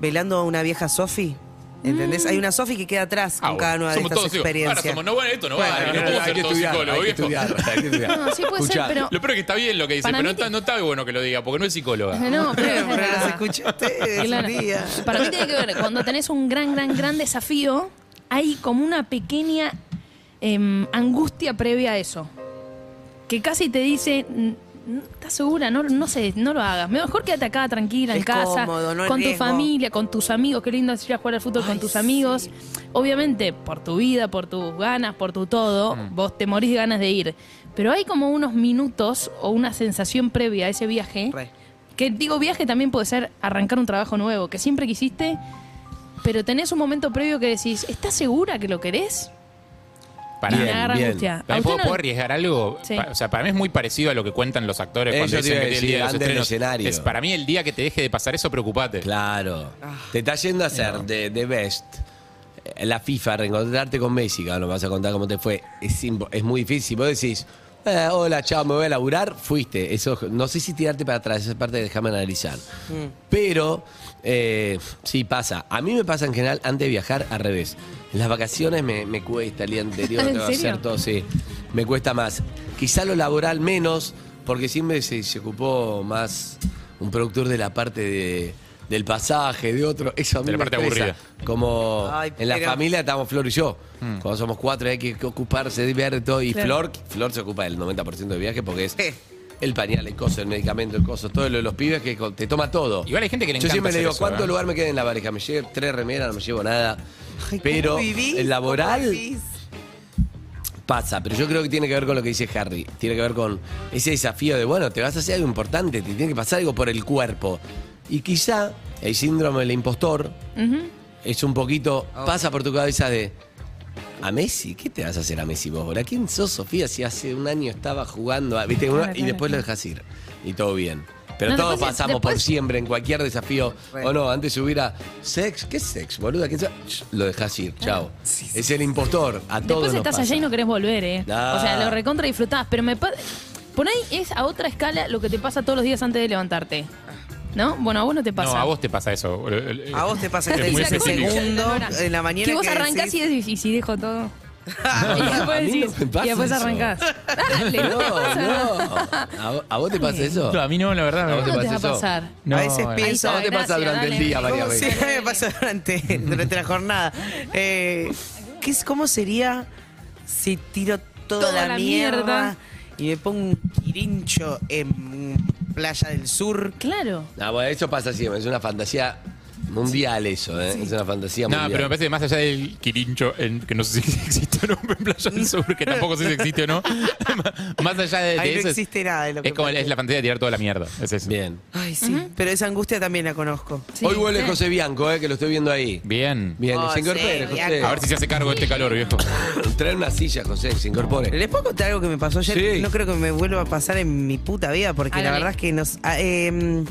Speaker 8: velando a una vieja Sofi? ¿Entendés?
Speaker 7: Mm.
Speaker 8: Hay una Sofi que queda atrás con
Speaker 9: Ah, bueno.
Speaker 8: cada una de
Speaker 9: Somos
Speaker 8: estas
Speaker 9: todos, digo, Ahora
Speaker 8: experiencias.
Speaker 9: somos, no vale esto, no
Speaker 6: Bueno, no,
Speaker 9: vale. No,
Speaker 6: no,
Speaker 9: puedo
Speaker 6: hay
Speaker 9: ser
Speaker 6: que
Speaker 9: todo
Speaker 6: estudiar,
Speaker 9: psicólogo,
Speaker 6: hay que
Speaker 9: viejo.
Speaker 6: estudiar, hay que estudiar.
Speaker 7: No, sí puede ser,
Speaker 6: Escuchá,
Speaker 7: pero-
Speaker 9: Lo peor es que está bien lo que dice,
Speaker 7: Para
Speaker 9: pero no
Speaker 7: mí
Speaker 9: está,
Speaker 7: que-
Speaker 9: no está bueno que lo diga, porque no es psicóloga.
Speaker 7: (laughs) No, pero,
Speaker 8: Pero las escuché a ustedes un
Speaker 7: Claro.
Speaker 8: día.
Speaker 7: Para mí tiene que ver, cuando tenés un gran, gran, gran desafío, hay como una pequeña em, angustia previa a eso. Que casi te dice, "N- n- ¿estás segura? No, no sé, no lo hagas. Mejor quédate acá tranquila, en
Speaker 8: Es
Speaker 7: casa,
Speaker 8: cómodo, no hay
Speaker 7: con tu
Speaker 8: riesgo.
Speaker 7: familia, con tus amigos. Qué lindo es ir a jugar al fútbol con
Speaker 8: Ay,
Speaker 7: tus
Speaker 8: sí.
Speaker 7: amigos. Obviamente, por tu vida, por tus ganas, por tu todo, vos te morís de ganas de ir. Pero hay como unos minutos o una sensación previa a ese viaje.
Speaker 8: Re.
Speaker 7: Que digo, viaje también puede ser arrancar un trabajo nuevo, que siempre quisiste, pero tenés un momento previo que decís, ¿estás segura que lo querés?
Speaker 9: Para
Speaker 7: y me agarra
Speaker 6: bien.
Speaker 7: angustia. ¿A
Speaker 9: También
Speaker 7: usted
Speaker 9: puedo,
Speaker 7: no-
Speaker 9: puedo arriesgar algo.
Speaker 7: Sí.
Speaker 9: Pa- o sea, para mí es muy parecido a lo que cuentan los actores
Speaker 6: Eso
Speaker 9: cuando
Speaker 6: te
Speaker 9: dicen
Speaker 6: iba a
Speaker 9: que el
Speaker 6: decir,
Speaker 9: día de los
Speaker 6: antes del
Speaker 9: estrenos.
Speaker 6: escenario.
Speaker 9: Es, para mí el día que te deje de pasar eso, preocupate.
Speaker 6: Claro.
Speaker 9: Ah.
Speaker 6: Te está yendo a hacer de, de best. eh, La FIFA, reencontrarte con Messi, que ahora me vas a contar cómo te fue. Es, impo- es muy difícil. Vos decís, eh, hola, chao, me voy a laburar, fuiste. Eso, no sé si tirarte para atrás, esa es parte de déjame analizar.
Speaker 7: Mm.
Speaker 6: Pero, eh, sí, pasa. A mí me pasa en general, antes de viajar, al revés. En las vacaciones me, me cuesta el día
Speaker 7: (laughs)
Speaker 6: anterior,
Speaker 7: ¿En
Speaker 6: tengo que
Speaker 7: serio?
Speaker 6: hacer todo, sí. Me cuesta más. Quizá lo laboral menos, porque siempre se, se ocupó más un productor de la parte de- del pasaje, de otro. Eso a mí
Speaker 9: De la
Speaker 6: me
Speaker 9: parte
Speaker 6: estresa.
Speaker 9: aburrida.
Speaker 6: Como
Speaker 8: Ay,
Speaker 6: en la
Speaker 8: pero-
Speaker 6: familia estamos Flor y yo.
Speaker 9: Hmm.
Speaker 6: Cuando somos cuatro hay que ocuparse de ver todo. Y
Speaker 7: Claro.
Speaker 6: Flor, Flor se ocupa del 90% de viaje porque es
Speaker 8: Eh.
Speaker 6: el pañal, el coso, el medicamento, el coso, todo lo de los pibes que co- te toma todo.
Speaker 9: Igual hay gente que le
Speaker 6: Yo
Speaker 9: encanta
Speaker 6: siempre le
Speaker 9: hacer
Speaker 6: digo,
Speaker 9: eso,
Speaker 6: ¿cuánto
Speaker 9: ¿eh?
Speaker 6: lugar me queda en la valija? Me llevo tres remeras, no me llevo nada.
Speaker 8: Ay, ¿cómo
Speaker 6: Pero
Speaker 8: vivís?
Speaker 6: el
Speaker 8: ¿Cómo
Speaker 6: laboral
Speaker 8: vivís?
Speaker 6: pasa, pero yo creo que tiene que ver con lo que dice Harry. Tiene que ver con ese desafío de, bueno, te vas a hacer algo importante, te tiene que pasar algo por el cuerpo. Y quizá el síndrome del impostor es un poquito, pasa por tu cabeza de, ¿a Messi? ¿Qué te vas a hacer a Messi vos? ¿A quién sos, Sofía, si hace un año estaba jugando? a- ¿viste?
Speaker 7: Claro,
Speaker 6: Uno- y
Speaker 7: Ah, claro,
Speaker 6: después lo
Speaker 7: claro.
Speaker 6: dejas ir. Y todo bien. Pero
Speaker 7: No,
Speaker 6: todos
Speaker 7: después-
Speaker 6: pasamos por
Speaker 7: después-
Speaker 6: siempre en cualquier desafío. O no, antes hubiera sex, ¿qué sex, boluda? ¿Qué sex? Ch, Lo dejas ir,
Speaker 7: Ah,
Speaker 6: chao. Es el impostor, a todos
Speaker 7: Después
Speaker 6: nos
Speaker 7: estás
Speaker 6: pasa.
Speaker 7: allá y no querés volver, ¿eh?
Speaker 6: Nah.
Speaker 7: O sea, lo recontra disfrutás, pero me pa- por ahí es a otra escala lo que te pasa todos los días antes de levantarte. ¿No? Bueno, a vos no te pasa.
Speaker 9: No, a vos te pasa eso.
Speaker 8: A vos te pasa que
Speaker 7: (laughs)
Speaker 8: te
Speaker 9: (laughs) Es muy
Speaker 8: dice
Speaker 9: específico.
Speaker 8: segundo
Speaker 7: Perdona.
Speaker 8: en la mañana.
Speaker 7: que vos
Speaker 8: que
Speaker 7: arrancás
Speaker 8: decís-
Speaker 7: y decís, y si
Speaker 6: (laughs)
Speaker 7: dejo todo.
Speaker 6: No,
Speaker 7: y
Speaker 6: no, a
Speaker 7: después
Speaker 6: mí no
Speaker 7: decís,
Speaker 6: me pasa
Speaker 7: y después
Speaker 6: eso.
Speaker 7: arrancás. Dale,
Speaker 6: (laughs) No,
Speaker 7: no, te pasa
Speaker 6: no.
Speaker 7: nada.
Speaker 6: ¿A
Speaker 7: (laughs)
Speaker 6: vo- ¿A vos te pasa eso?
Speaker 9: No, a mí no, la verdad.
Speaker 6: ¿A vos
Speaker 7: ¿Cómo no te va
Speaker 6: pasa
Speaker 7: a
Speaker 6: eso?
Speaker 7: pasar?
Speaker 9: No,
Speaker 8: A veces
Speaker 9: eh,
Speaker 8: pienso-
Speaker 6: ¿A vos te pasa
Speaker 7: Gracias,
Speaker 6: durante el
Speaker 7: dale.
Speaker 6: día varias
Speaker 8: ¿Cómo
Speaker 6: veces?
Speaker 8: se (laughs) me pasa durante, durante la jornada? Eh, ¿qué es- ¿Cómo sería si tiro toda,
Speaker 7: Toda
Speaker 8: la,
Speaker 7: la
Speaker 8: mierda,
Speaker 7: mierda.
Speaker 8: y me pongo un quirincho en Playa del Sur?
Speaker 7: Claro.
Speaker 6: Ah, bueno, eso pasa siempre. Es una fantasía mundial eso, ¿eh? Es una fantasía
Speaker 9: No,
Speaker 6: mundial.
Speaker 9: pero me parece que más allá del quirincho, en- que no sé si (laughs) existe o no en Playa del Sur, que tampoco sé si existe o no, (laughs) más allá de, de
Speaker 8: Ahí
Speaker 9: eso,
Speaker 8: no
Speaker 9: es-
Speaker 8: existe nada de lo que
Speaker 9: es como es la fantasía de tirar toda la mierda. Es eso.
Speaker 6: Bien.
Speaker 8: Ay, sí, pero esa angustia también la conozco.
Speaker 7: Sí,
Speaker 6: Hoy vuelve
Speaker 7: sí.
Speaker 6: José Bianco, ¿eh? Que lo estoy viendo ahí.
Speaker 9: Bien.
Speaker 6: Bien,
Speaker 8: Oh,
Speaker 6: se incorpore,
Speaker 8: sí,
Speaker 6: José.
Speaker 9: A ver si se hace cargo de este calor, viejo.
Speaker 6: Trae una silla, José, que se incorpore.
Speaker 8: ¿Les puedo contar algo que me pasó ayer?
Speaker 6: Sí.
Speaker 8: No creo que me vuelva a pasar en mi puta vida, porque la
Speaker 7: Hágale.
Speaker 8: verdad es que nos. ah, eh,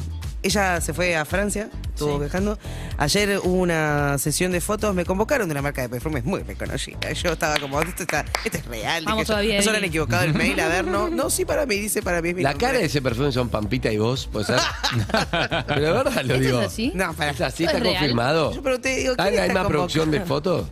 Speaker 8: ella se fue a Francia, estuvo viajando. Ayer hubo una sesión de fotos, me convocaron de una marca de perfumes muy reconocida. Yo estaba como, esto, está, esto es real.
Speaker 7: Vamos
Speaker 8: dije yo.
Speaker 7: todavía
Speaker 8: No se
Speaker 7: ahí.
Speaker 8: han equivocado el mail, a ver, no. No, sí, para mí, dice para mí. es mi
Speaker 6: La
Speaker 8: nombre.
Speaker 6: cara de ese perfume son Pampita y vos, pues (laughs) Pero de verdad lo
Speaker 7: ¿Esto
Speaker 6: digo.
Speaker 7: es así?
Speaker 8: No, para.
Speaker 6: ¿Es así?
Speaker 7: ¿Esto
Speaker 6: ¿Está
Speaker 7: es real?
Speaker 6: confirmado?
Speaker 8: Yo pregunté, digo,
Speaker 6: ¿Ah,
Speaker 8: ¿quién
Speaker 6: ¿Hay
Speaker 8: está Ah.
Speaker 6: más
Speaker 8: convocado? (laughs)
Speaker 6: producción de fotos?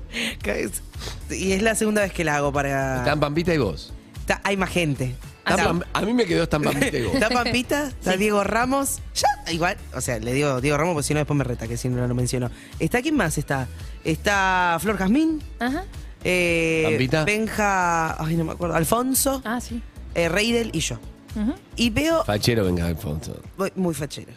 Speaker 8: Y es la segunda vez que la hago para.
Speaker 6: ¿Están Pampita y vos?
Speaker 8: Está- hay más gente.
Speaker 6: Tan
Speaker 8: Está-
Speaker 6: Pam- a mí me quedó tan Pampita y vos.
Speaker 8: Ah,
Speaker 6: (laughs)
Speaker 8: Está Pampita, está Diego Ramos. Ya, igual, o sea, le digo Diego Ramos porque si no después me reta que si no lo menciono. ¿Está quién más está? Está Flor Jazmín,
Speaker 7: Ajá.
Speaker 8: eh,
Speaker 6: Pampita.
Speaker 8: Benja, ay no me acuerdo, Alfonso,
Speaker 7: Ah, sí.
Speaker 8: eh, Reidel y yo.
Speaker 7: Ujú.
Speaker 8: Y veo,
Speaker 6: Fachero, venga, Alfonso.
Speaker 8: voy muy fachero.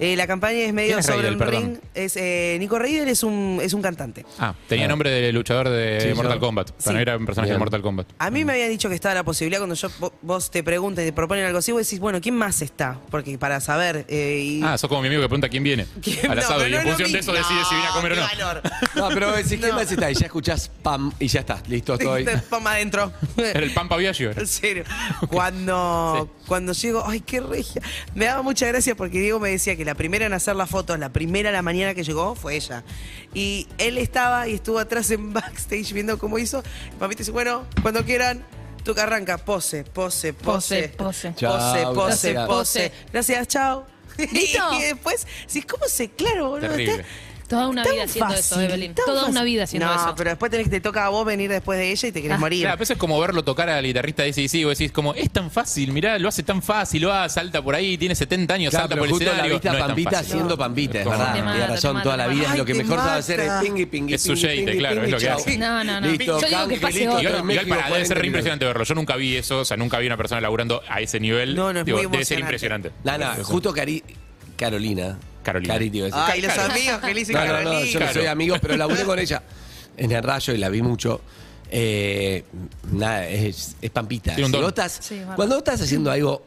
Speaker 8: Eh, la campaña es medio
Speaker 9: ¿Quién es
Speaker 8: sobre
Speaker 9: Reidel,
Speaker 8: un
Speaker 9: perdón?
Speaker 8: ring. Es, eh, Nico Reidel es un, es un cantante.
Speaker 9: Ah, tenía nombre de luchador de
Speaker 6: Sí,
Speaker 9: Mortal
Speaker 6: yo-
Speaker 9: Kombat. O sea,
Speaker 8: Sí. Ah,
Speaker 9: no era un personaje
Speaker 6: Bien.
Speaker 9: de Mortal Kombat.
Speaker 8: A mí me habían dicho que estaba la posibilidad cuando yo vo- vos te preguntas y te proponen algo así, vos decís, bueno, ¿quién más está? Porque para saber. eh, y-
Speaker 9: Ah, sos como mi amigo que pregunta quién viene
Speaker 8: ¿Quién-
Speaker 9: al
Speaker 8: no,
Speaker 9: asado
Speaker 8: pero
Speaker 9: y
Speaker 8: no
Speaker 9: en
Speaker 8: es lo
Speaker 9: función de eso
Speaker 7: Ah,
Speaker 8: mismo.
Speaker 9: decide si viene a comer o
Speaker 8: qué
Speaker 9: no.
Speaker 8: valor.
Speaker 6: No, pero
Speaker 8: (laughs)
Speaker 6: decís, ¿qué más está? Y este, ya escuchás Pam y ya está. Listo, estoy.
Speaker 8: Te pon más adentro.
Speaker 9: Era el Pampa Viaggio. era.
Speaker 8: En
Speaker 9: (laughs)
Speaker 8: serio. Cuando, cuando llego, ay, qué regia. Me daba mucha gracia porque Diego me decía que la primera en hacer las fotos, la primera a la mañana que llegó, fue ella. Y él estaba y estuvo atrás en backstage viendo cómo hizo. Y Pampita dice, bueno, cuando quieran. Tú que arranca, pose, pose, pose.
Speaker 7: Pose, pose.
Speaker 8: Pose,
Speaker 6: Chao,
Speaker 8: pose,
Speaker 6: gracias.
Speaker 8: pose. Gracias, chao.
Speaker 7: ¿Listo?
Speaker 8: Y después, si es como se, claro, boludo.
Speaker 9: Terrible.
Speaker 8: está-
Speaker 7: Toda una
Speaker 8: tan
Speaker 7: vida haciendo eso,
Speaker 8: fácil,
Speaker 7: Evelyn.
Speaker 8: tan
Speaker 7: Toda una
Speaker 8: fácil.
Speaker 7: vida haciendo
Speaker 8: no,
Speaker 7: eso.
Speaker 8: pero después tenés, te toca a vos venir después de ella y te querés morir.
Speaker 9: Claro, pero eso es como verlo tocar al guitarrista de ACDC. Vos decís, como, es tan fácil, mirá, lo hace tan fácil, lo hace, salta por ahí, tiene 70 años,
Speaker 6: Claro,
Speaker 9: salta
Speaker 6: pero
Speaker 9: por el
Speaker 6: justo la
Speaker 9: escenario.
Speaker 6: vista
Speaker 9: no es tan
Speaker 6: Pampita
Speaker 9: fácil.
Speaker 6: haciendo Pampita, es
Speaker 9: Como-
Speaker 6: verdad.
Speaker 7: Te
Speaker 6: Tiene
Speaker 7: mata, te
Speaker 6: razón,
Speaker 7: mata,
Speaker 6: toda la
Speaker 7: te
Speaker 6: vida
Speaker 7: mata.
Speaker 6: es lo que
Speaker 8: Ay, te
Speaker 6: mejor sabe hacer es
Speaker 8: mata.
Speaker 6: pingui, pingui,
Speaker 9: Es su
Speaker 6: pingui,
Speaker 9: jeite,
Speaker 6: pingui,
Speaker 9: claro,
Speaker 6: pingui,
Speaker 9: es lo que
Speaker 6: chao.
Speaker 9: hace.
Speaker 7: No, no, no.
Speaker 6: Listo,
Speaker 7: Yo digo
Speaker 6: canje,
Speaker 7: que pase
Speaker 6: listo,
Speaker 7: otro.
Speaker 9: Igual,
Speaker 6: en México,
Speaker 9: igual para, debe ser re
Speaker 6: 40 minutos.
Speaker 9: impresionante verlo. Yo nunca vi eso, o sea, nunca vi una persona laburando a ese nivel.
Speaker 8: No, no, es muy
Speaker 9: Debe ser
Speaker 8: emocionante.
Speaker 9: impresionante.
Speaker 6: No, no, justo Cari... Carolina.
Speaker 9: Carolina.
Speaker 6: Cari, te iba a decir.
Speaker 8: Ay, los
Speaker 9: Claro.
Speaker 8: amigos que le dicen
Speaker 6: No, no, no, yo no
Speaker 9: Claro.
Speaker 6: soy amigo, pero laburé con
Speaker 7: (laughs)
Speaker 6: ella en el rayo y la vi mucho. Eh, nada, es, es pampita.
Speaker 9: Tiene un
Speaker 6: Si
Speaker 9: don.
Speaker 6: vos estás-
Speaker 7: Sí, bárbaro.
Speaker 6: cuando vos estás haciendo algo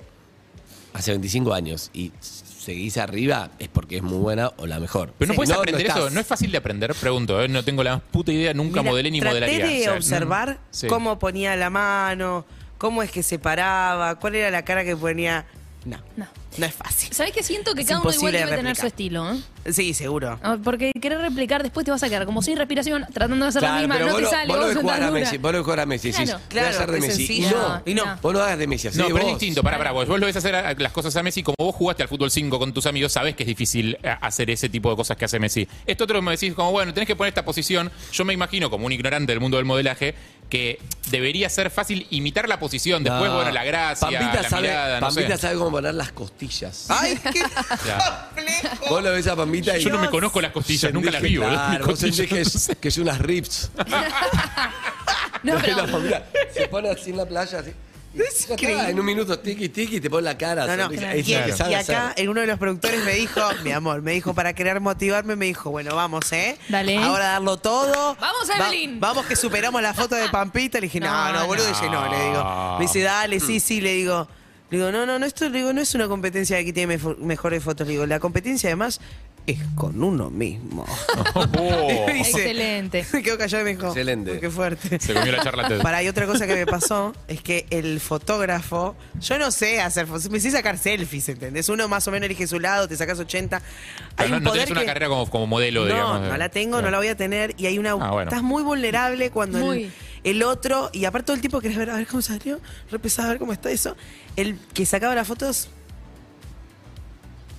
Speaker 6: hace 25 años y seguís arriba, es porque es muy buena o la mejor.
Speaker 9: Pero no
Speaker 6: Sí.
Speaker 9: puedes aprender eso,
Speaker 6: estás.
Speaker 9: no es fácil de aprender, pregunto. eh, No tengo la más puta idea, nunca
Speaker 8: Mira,
Speaker 9: modelé ni
Speaker 8: traté
Speaker 9: modelaría.
Speaker 8: de
Speaker 9: o sea, no-
Speaker 8: observar
Speaker 9: Sí.
Speaker 8: cómo ponía la mano, cómo es que se paraba, cuál era la cara que ponía. No,
Speaker 7: No.
Speaker 8: no es fácil.
Speaker 7: ¿Sabés que siento que
Speaker 8: Es
Speaker 7: cada uno igual
Speaker 8: imposible de
Speaker 7: debe tener su
Speaker 8: replicar.
Speaker 7: estilo? ¿eh?
Speaker 8: Sí, seguro.
Speaker 7: Ah, Porque querer replicar después te vas a quedar como sin respiración, tratando de hacer
Speaker 6: Claro,
Speaker 7: la misma,
Speaker 6: pero
Speaker 7: no
Speaker 6: vos
Speaker 7: te
Speaker 6: lo-
Speaker 7: sale,
Speaker 6: vos lo
Speaker 7: vos
Speaker 6: de
Speaker 7: sos
Speaker 6: jugar a
Speaker 7: tan dura.
Speaker 6: Messi, vos lo de jugar a Messi, decís,
Speaker 7: Claro.
Speaker 6: voy a hacer de
Speaker 8: es
Speaker 6: Messi. Y
Speaker 8: sencillo.
Speaker 6: no,
Speaker 8: Y no.
Speaker 6: vos no hagas de Messi, así
Speaker 9: No,
Speaker 6: de
Speaker 9: pero es
Speaker 6: vos.
Speaker 9: distinto, pará, pará, vos, vos lo ves hacer a- las cosas a Messi como vos jugaste al fútbol 5 con tus amigos, sabés que es difícil eh, hacer ese tipo de cosas que hace Messi. Esto otro me decís como, bueno, tenés que poner esta posición. Yo me imagino, como un ignorante del mundo del modelaje, que debería ser fácil imitar la posición, después,
Speaker 6: No.
Speaker 9: bueno, la gracia,
Speaker 6: Pampita
Speaker 9: la
Speaker 6: sabe,
Speaker 9: mirada, no sé.
Speaker 6: Pampita sabe cómo poner las costillas. (laughs)
Speaker 8: Ay, qué
Speaker 9: Ya.
Speaker 8: complejo.
Speaker 6: Vos lo ves a Pampita y
Speaker 9: Yo no me conozco las costillas, nunca las vi,
Speaker 6: vivo.
Speaker 9: boludo. Mis
Speaker 6: vos
Speaker 9: costillas
Speaker 6: sentís que
Speaker 9: no
Speaker 6: es, que es unas rips.
Speaker 7: (laughs) No,
Speaker 8: (laughs)
Speaker 7: pero
Speaker 6: La
Speaker 7: (laughs)
Speaker 6: Pampita se pone así en la playa, así. y ya está,
Speaker 8: increíble.
Speaker 6: en un minuto tiki tiki te pone la cara.
Speaker 8: No, no.
Speaker 6: sonrisa.
Speaker 8: Y,
Speaker 6: Es lo que
Speaker 8: y
Speaker 6: sabe
Speaker 8: acá
Speaker 6: hacer.
Speaker 8: en uno de los productores me dijo, mi amor, me dijo para querer motivarme, me dijo, bueno, vamos, ¿eh?
Speaker 7: Dale.
Speaker 8: Ahora darlo todo.
Speaker 7: Vamos,
Speaker 8: Va-
Speaker 7: Evelyn.
Speaker 8: vamos que superamos la foto de Pampita. Le dije, no, no,
Speaker 7: No,
Speaker 8: boludo,
Speaker 7: no.
Speaker 8: dice, no, le digo. Me dice, dale, sí, sí, le digo. Le digo, no, no, no, esto le digo, no es una competencia de que tiene mefo- mejores fotos. Le digo, la competencia además es con uno mismo.
Speaker 9: (laughs) Oh,
Speaker 7: (laughs)
Speaker 8: Me dice-
Speaker 7: Excelente.
Speaker 8: Me quedó callado y me dijo,
Speaker 6: Excelente.
Speaker 8: "Uy, Qué fuerte.
Speaker 9: se comió la charla TED.
Speaker 8: Para, y otra cosa que me pasó es que el fotógrafo, yo no sé hacer fotos, me sé sacar selfies, ¿entendés? Uno más o menos elige su lado, te sacas 80.
Speaker 9: Pero
Speaker 8: Hay
Speaker 9: no,
Speaker 8: un
Speaker 9: no
Speaker 8: poder
Speaker 9: tenés una
Speaker 8: que-
Speaker 9: carrera como, como modelo,
Speaker 8: no,
Speaker 9: digamos. eh,
Speaker 8: no la tengo, no la voy a tener y hay una...
Speaker 9: Ah, bueno.
Speaker 8: Estás muy vulnerable cuando el-
Speaker 7: Muy.
Speaker 8: El, otro, y aparte todo el tiempo querés ver, a ver cómo salió, re pesado, a ver cómo está eso. El que sacaba las fotos...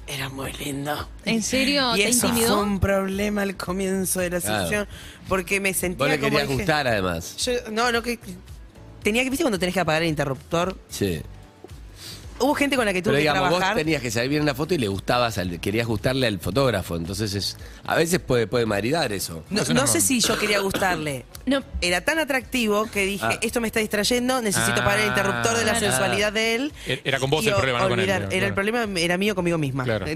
Speaker 8: Era muy lindo.
Speaker 7: ¿En serio?
Speaker 8: Y
Speaker 7: ¿Te
Speaker 8: eso
Speaker 7: intimidó?
Speaker 8: fue un problema al comienzo de la
Speaker 6: Claro.
Speaker 8: sesión. Porque me sentía
Speaker 6: Vos le
Speaker 8: como.
Speaker 6: querías
Speaker 8: dije-
Speaker 6: gustar, además.
Speaker 8: Yo- no, no, que. Tenía que, ¿viste cuando tenés que apagar el interruptor?
Speaker 6: Sí.
Speaker 8: Hubo gente con la que tuve
Speaker 6: Pero
Speaker 8: que
Speaker 6: digamos, vos
Speaker 8: trabajar.
Speaker 6: tenías que salir bien en la foto y le gustabas, al- querías gustarle al fotógrafo. Entonces, es, a veces puede, puede maridar eso.
Speaker 8: No,
Speaker 9: Eso
Speaker 8: no
Speaker 9: no.
Speaker 8: sé si yo quería gustarle.
Speaker 7: No,
Speaker 8: Era tan atractivo que dije,
Speaker 6: Ah.
Speaker 8: esto me está distrayendo, necesito
Speaker 9: Ah,
Speaker 8: apagar el interruptor de la
Speaker 7: claro.
Speaker 8: sensualidad de él.
Speaker 9: Era- Er, era con vos
Speaker 8: y
Speaker 9: el
Speaker 8: o-
Speaker 9: problema, no con él,
Speaker 8: olvidar.
Speaker 9: digamos,
Speaker 8: Era el
Speaker 9: claro.
Speaker 8: problema, Eh, era mío conmigo misma.
Speaker 9: Claro.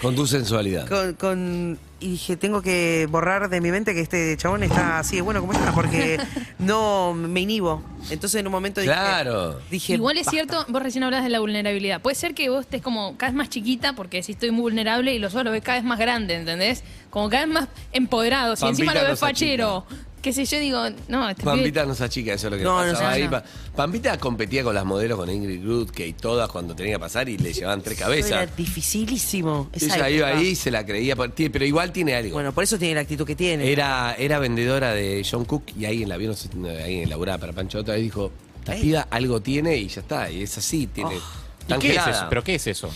Speaker 6: Con tu sensualidad.
Speaker 8: con, con- y dije, tengo que borrar de mi mente que este chabón está así de bueno como está,
Speaker 7: (laughs)
Speaker 8: porque no me inhibo. Entonces en un momento dije,
Speaker 6: Claro.
Speaker 8: dije,
Speaker 7: Igual es
Speaker 8: "Basta".
Speaker 7: cierto, vos recién hablabas de la vulnerabilidad. Puede ser que vos estés como cada vez más chiquita, porque si estoy muy vulnerable y los ojos lo ves cada vez más grande, ¿entendés? Como cada vez más empoderado. Si
Speaker 6: Pampita
Speaker 7: encima lo
Speaker 6: no
Speaker 7: ves
Speaker 6: se achica.
Speaker 7: fachero. Qué sé yo, digo, no, este
Speaker 6: Pampita no se achica, eso es lo que
Speaker 8: No, no
Speaker 6: pasaba
Speaker 7: se
Speaker 6: ahí.
Speaker 7: achica.
Speaker 6: Pa- Pampita competía con las modelos, con Ingrid Grutke y todas cuando tenía que pasar y le llevaban tres
Speaker 8: Era
Speaker 6: cabezas.
Speaker 8: dificilísimo. esa
Speaker 6: Ella iba
Speaker 8: época.
Speaker 6: ahí, se la creía, por- tiene- pero igual tiene algo.
Speaker 8: Bueno, por eso tiene la actitud que tiene.
Speaker 6: Era, era vendedora de John Cook y alguien la vio, no sé, no, alguien laburaba para Pancho otra vez dijo, esta
Speaker 8: Ey. Oh,
Speaker 6: piba algo tiene y ya está, y es así, tiene...
Speaker 9: ¿Y
Speaker 6: tan
Speaker 9: qué es
Speaker 6: gelada.
Speaker 9: eso? ¿Pero qué es eso?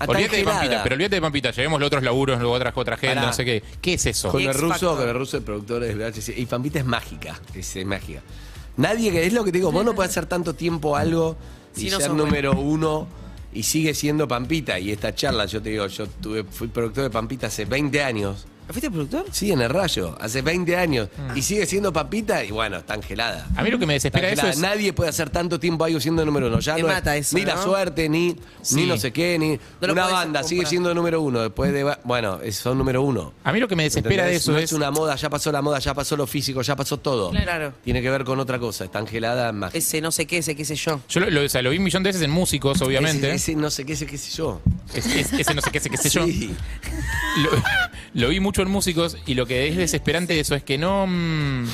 Speaker 6: Ah, tan
Speaker 9: Olvídate de
Speaker 6: gelada.
Speaker 9: Pampita, pero olvídate de Pampita, llevemos los otros laburos, luego otras otra agenda,
Speaker 6: Pará.
Speaker 9: no sé qué. ¿Qué es eso?
Speaker 6: Con
Speaker 8: Y
Speaker 6: el
Speaker 8: X
Speaker 6: ruso,
Speaker 8: Factor.
Speaker 6: con el ruso, el productor es VHS. Y Pampita es mágica, es, es mágica. Nadie que es lo que te digo, vos no podés hacer tanto
Speaker 8: (laughs)
Speaker 6: tiempo algo y
Speaker 8: Si no
Speaker 6: ser
Speaker 8: sos
Speaker 6: número uno y sigue siendo Pampita. Y esta charla, yo te digo, yo tuve, fui productor de Pampita hace 20 años.
Speaker 8: ¿Fuiste productor?
Speaker 6: Sí, en el rayo, hace 20 años.
Speaker 8: Mm.
Speaker 6: Y sigue siendo Pampita y bueno, está angelada.
Speaker 9: A mí lo que me
Speaker 6: Está
Speaker 9: desespera de eso
Speaker 6: angelada.
Speaker 9: es.
Speaker 6: Nadie puede hacer tanto tiempo algo siendo número uno. Ya
Speaker 8: Te
Speaker 6: no es
Speaker 8: mata eso,
Speaker 6: ni la
Speaker 8: ¿no?
Speaker 6: suerte, ni, ni
Speaker 9: Sí.
Speaker 6: no sé qué, ni
Speaker 8: lo
Speaker 6: una
Speaker 8: podés
Speaker 6: banda. Sigue
Speaker 8: comprar.
Speaker 6: siendo número uno. Después de. Bueno, es- son número uno.
Speaker 9: A mí lo que me desespera de
Speaker 6: ¿Entendés?
Speaker 9: eso
Speaker 6: No
Speaker 9: es.
Speaker 6: una moda, ya pasó la moda, ya pasó lo físico, ya pasó todo.
Speaker 7: Claro.
Speaker 8: Claro.
Speaker 6: Tiene que ver con otra cosa, está angelada más.
Speaker 8: Ese no sé qué, ese qué sé yo.
Speaker 9: Yo lo, lo- o sea, lo vi un millón de veces en músicos, obviamente.
Speaker 6: Ese, ese no sé qué, ese qué sé yo.
Speaker 9: Es- es- ese no sé qué sé, qué sé yo.
Speaker 6: (laughs) Sí.
Speaker 9: Lo, lo vi mucho en músicos y lo que es desesperante de eso es que no. mm,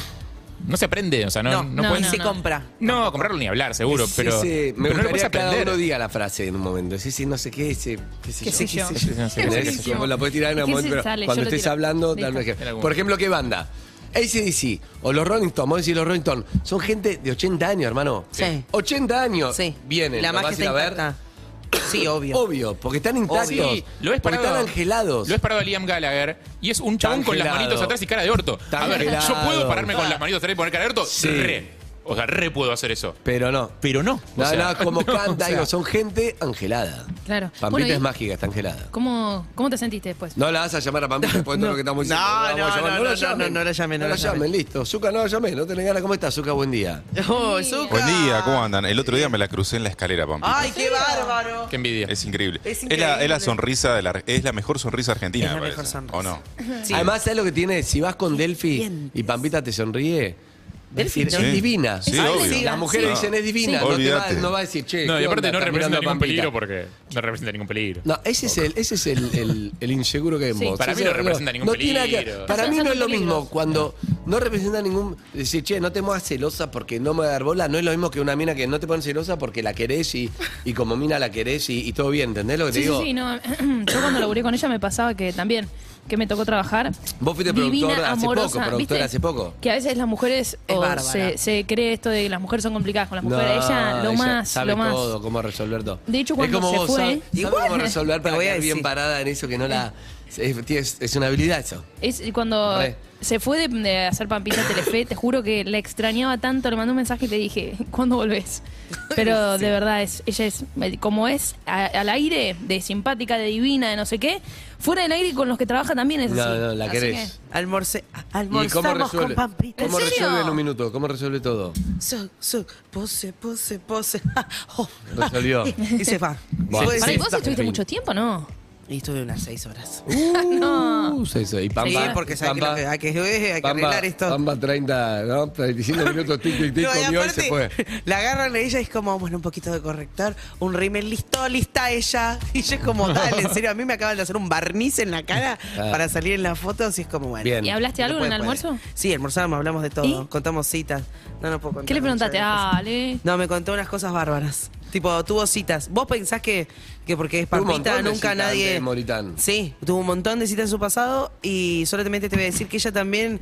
Speaker 9: No se aprende, o sea, no, no,
Speaker 8: no,
Speaker 9: puedes-
Speaker 8: ni se compra.
Speaker 9: No, comprarlo ni hablar, seguro,
Speaker 6: Ese-
Speaker 9: pero,
Speaker 6: ese- me
Speaker 9: pero no lo puedes
Speaker 6: gustaría que cada
Speaker 9: aprender.
Speaker 6: uno diga la frase en un momento. Ese, ese no sé qué, ese qué sé
Speaker 7: Qué
Speaker 6: yo.
Speaker 7: sé yo.
Speaker 6: Qué sé yo.
Speaker 9: Sí, sí, sí,
Speaker 7: Es
Speaker 9: sí, sí, sí.
Speaker 7: buenísimo.
Speaker 6: Como la puedes tirar en
Speaker 7: ¿Qué
Speaker 6: un momento,
Speaker 7: se
Speaker 6: pero
Speaker 7: sale?
Speaker 6: cuando
Speaker 7: Yo lo
Speaker 6: estés
Speaker 7: tiro.
Speaker 6: hablando, dale un
Speaker 7: Listo.
Speaker 6: ejemplo. Por ejemplo, ¿qué banda? ACDC o los Rolling Stones, vamos a decir los Rolling Stones, son gente de 80 años, hermano.
Speaker 8: Sí.
Speaker 6: 80 años.
Speaker 8: Sí.
Speaker 6: Vienen,
Speaker 8: La
Speaker 6: lo
Speaker 8: magia
Speaker 6: vas a ir
Speaker 8: está
Speaker 6: a ver.
Speaker 8: intacta. Sí, obvio. (laughs)
Speaker 6: Obvio, porque están intactos.
Speaker 8: Obvio.
Speaker 9: Sí, lo ves
Speaker 6: porque
Speaker 9: parado.
Speaker 6: están angelados.
Speaker 9: Lo es parado a Liam Gallagher y es un chabón
Speaker 6: Tan
Speaker 9: con las
Speaker 6: gelado.
Speaker 9: manitos atrás y cara de orto.
Speaker 6: Tan
Speaker 9: a ver, yo
Speaker 6: gelado.
Speaker 9: puedo pararme con las manitos atrás y poner cara de orto.
Speaker 6: Sí.
Speaker 9: Re. O sea, re puedo hacer eso.
Speaker 6: Pero no.
Speaker 9: Pero no. o
Speaker 6: No,
Speaker 9: sea,
Speaker 6: no, como
Speaker 9: (laughs) no,
Speaker 6: canta,
Speaker 9: o sea,
Speaker 6: digo, son gente angelada.
Speaker 7: Claro.
Speaker 6: Pampita
Speaker 7: Bueno, y-
Speaker 6: es mágica, está angelada.
Speaker 7: ¿Cómo, ¿Cómo te sentiste después?
Speaker 6: No la vas a llamar
Speaker 8: (laughs)
Speaker 6: a Pampita después de todo lo que estamos diciendo.
Speaker 8: No,
Speaker 6: la vamos
Speaker 8: no,
Speaker 6: a llamar.
Speaker 8: no, no,
Speaker 6: llamen.
Speaker 8: no, no la llamen, no
Speaker 6: No
Speaker 8: la
Speaker 6: la llamen,
Speaker 8: llamen.
Speaker 6: listo. Zuka, no la llamé, no tenés ganas. ¿Cómo estás, Zuka? Buen día.
Speaker 8: Oh, Zucca.
Speaker 1: Buen día, ¿cómo andan? El otro día me la crucé en la escalera, Pampita.
Speaker 8: ¡Ay, qué bárbaro!
Speaker 9: Qué envidia.
Speaker 1: Es increíble. Es
Speaker 8: Es
Speaker 1: la, es la
Speaker 8: increíble.
Speaker 1: sonrisa de la, es la mejor sonrisa argentina,
Speaker 8: Es la
Speaker 1: me
Speaker 8: mejor
Speaker 1: parece.
Speaker 8: sonrisa.
Speaker 1: ¿O no?
Speaker 8: Sí.
Speaker 6: Además, ¿sabes lo que tiene? Si vas con Delphi y
Speaker 8: dientes.
Speaker 6: Pampita te sonríe,
Speaker 8: Delphi,
Speaker 6: decir,
Speaker 8: ¿no?
Speaker 6: es
Speaker 1: Sí.
Speaker 6: divina.
Speaker 1: Sí,
Speaker 6: Ah,
Speaker 1: obvio.
Speaker 6: sí, Las mujeres
Speaker 1: Sí.
Speaker 6: dicen, es
Speaker 1: Sí.
Speaker 6: divina. No, te va,
Speaker 1: Olvídate.
Speaker 6: no va a decir, che,
Speaker 9: No, y
Speaker 6: ¿qué
Speaker 9: aparte
Speaker 6: onda?
Speaker 9: no
Speaker 6: Está
Speaker 9: representa
Speaker 6: mirando a
Speaker 9: ningún
Speaker 6: Pampita.
Speaker 9: peligro porque no representa ningún peligro.
Speaker 6: No, ese es el, ese es el, el- el inseguro que hay en
Speaker 7: Sí.
Speaker 6: vos.
Speaker 9: Para mí
Speaker 6: Ese-
Speaker 9: no representa ningún
Speaker 6: tiene nada que-
Speaker 9: peligro.
Speaker 6: para
Speaker 7: No
Speaker 6: mí
Speaker 7: son
Speaker 6: no es lo
Speaker 7: peligros.
Speaker 6: mismo cuando no representa ningún. Decir, che, no te muevas celosa porque no me va a dar bola. No es lo mismo que una mina que no te pone celosa porque la querés y, y como mina la querés y, y todo bien. ¿Entendés lo que te
Speaker 7: Sí, sí,
Speaker 6: digo?
Speaker 7: sí, no. (clears throat) Yo cuando laburé con ella me pasaba que también, que me tocó trabajar.
Speaker 6: Vos fuiste
Speaker 7: Divina,
Speaker 6: productor hace
Speaker 7: amorosa,
Speaker 6: poco, productora
Speaker 7: ¿viste?
Speaker 6: hace poco.
Speaker 7: Que a veces las mujeres
Speaker 8: Es
Speaker 7: o
Speaker 8: bárbara.
Speaker 7: se, se cree esto de que las mujeres son complicadas con las mujeres.
Speaker 6: No,
Speaker 7: ella lo
Speaker 6: ella
Speaker 7: más,
Speaker 6: sabe
Speaker 7: lo más.
Speaker 6: todo, cómo resolver todo.
Speaker 7: De hecho,
Speaker 6: Es
Speaker 7: cuando
Speaker 6: como
Speaker 7: se
Speaker 6: vos,
Speaker 7: fue-
Speaker 6: sabe- sabe
Speaker 8: Igual,
Speaker 6: cómo resolver
Speaker 7: (laughs)
Speaker 8: te
Speaker 6: para
Speaker 8: voy a
Speaker 6: quedar bien
Speaker 8: decir.
Speaker 6: parada en eso que no la... Es, tienes- es una habilidad eso.
Speaker 7: Es y cuando
Speaker 6: Re.
Speaker 7: se fue de, de hacer Pampita a Telefe, te juro que la extrañaba tanto, le mandé un mensaje y te dije, ¿cuándo volvés?
Speaker 8: (laughs)
Speaker 7: Pero de verdad, es, ella es como es, a- al aire, de simpática, de divina, de no sé qué, fuera del aire y con los que trabaja también es
Speaker 6: No,
Speaker 7: así.
Speaker 6: no, la
Speaker 7: Así
Speaker 6: querés.
Speaker 8: Almorce,
Speaker 6: ¿Y cómo
Speaker 8: almorzamos con
Speaker 6: resuelve?
Speaker 8: Pampita.
Speaker 6: ¿Cómo
Speaker 7: ¿En serio?
Speaker 6: resuelve en un minuto? ¿Cómo resuelve
Speaker 7: (laughs)
Speaker 6: todo?
Speaker 8: Su, su, pose, pose, pose. (laughs) Oh.
Speaker 6: Resolvió.
Speaker 8: Y se va.
Speaker 6: Bueno.
Speaker 7: que-
Speaker 8: Puede
Speaker 7: Para
Speaker 8: ser.
Speaker 7: vos
Speaker 6: en
Speaker 7: estuviste
Speaker 6: fin.
Speaker 7: mucho tiempo, ¿no?
Speaker 8: Y estuve unas seis horas. (laughs)
Speaker 7: no.
Speaker 6: Uh, sí, sí. Y Pampa,
Speaker 8: Sí, porque sabés que lo que hay que- hay que arreglar esto.
Speaker 6: Pampa 30, ¿no? 35 minutos, tic, tic, tic,
Speaker 8: No, y
Speaker 6: comió y
Speaker 8: aparte,
Speaker 6: se fue.
Speaker 8: La agarran a ella y es como, bueno, un poquito de corrector, un rímel, listo, lista ella. (laughs) Y yo es como, tal, en serio, a mí me acaban de hacer un barniz en la cara
Speaker 6: Ah.
Speaker 8: para salir en las fotos y es como, bueno.
Speaker 6: Bien.
Speaker 7: ¿Y hablaste
Speaker 8: no
Speaker 7: algo en
Speaker 8: puede,
Speaker 7: el
Speaker 8: puede.
Speaker 7: almuerzo?
Speaker 8: Sí, almorzamos, hablamos de todo,
Speaker 7: ¿Y?
Speaker 8: contamos citas. No, no puedo contar.
Speaker 7: ¿Qué le
Speaker 8: muchas
Speaker 7: preguntaste?
Speaker 8: de las cosas.
Speaker 7: Ale.
Speaker 8: No, me contó unas cosas bárbaras. Tipo, tuvo citas. ¿Vos pensás que, que porque es
Speaker 6: Tuvo un
Speaker 8: Pampita
Speaker 6: montón de
Speaker 8: nunca
Speaker 6: citas antes
Speaker 8: nadie.
Speaker 6: de Moritán.
Speaker 8: Sí, tuvo un montón de citas en su pasado y solamente te voy a decir que ella también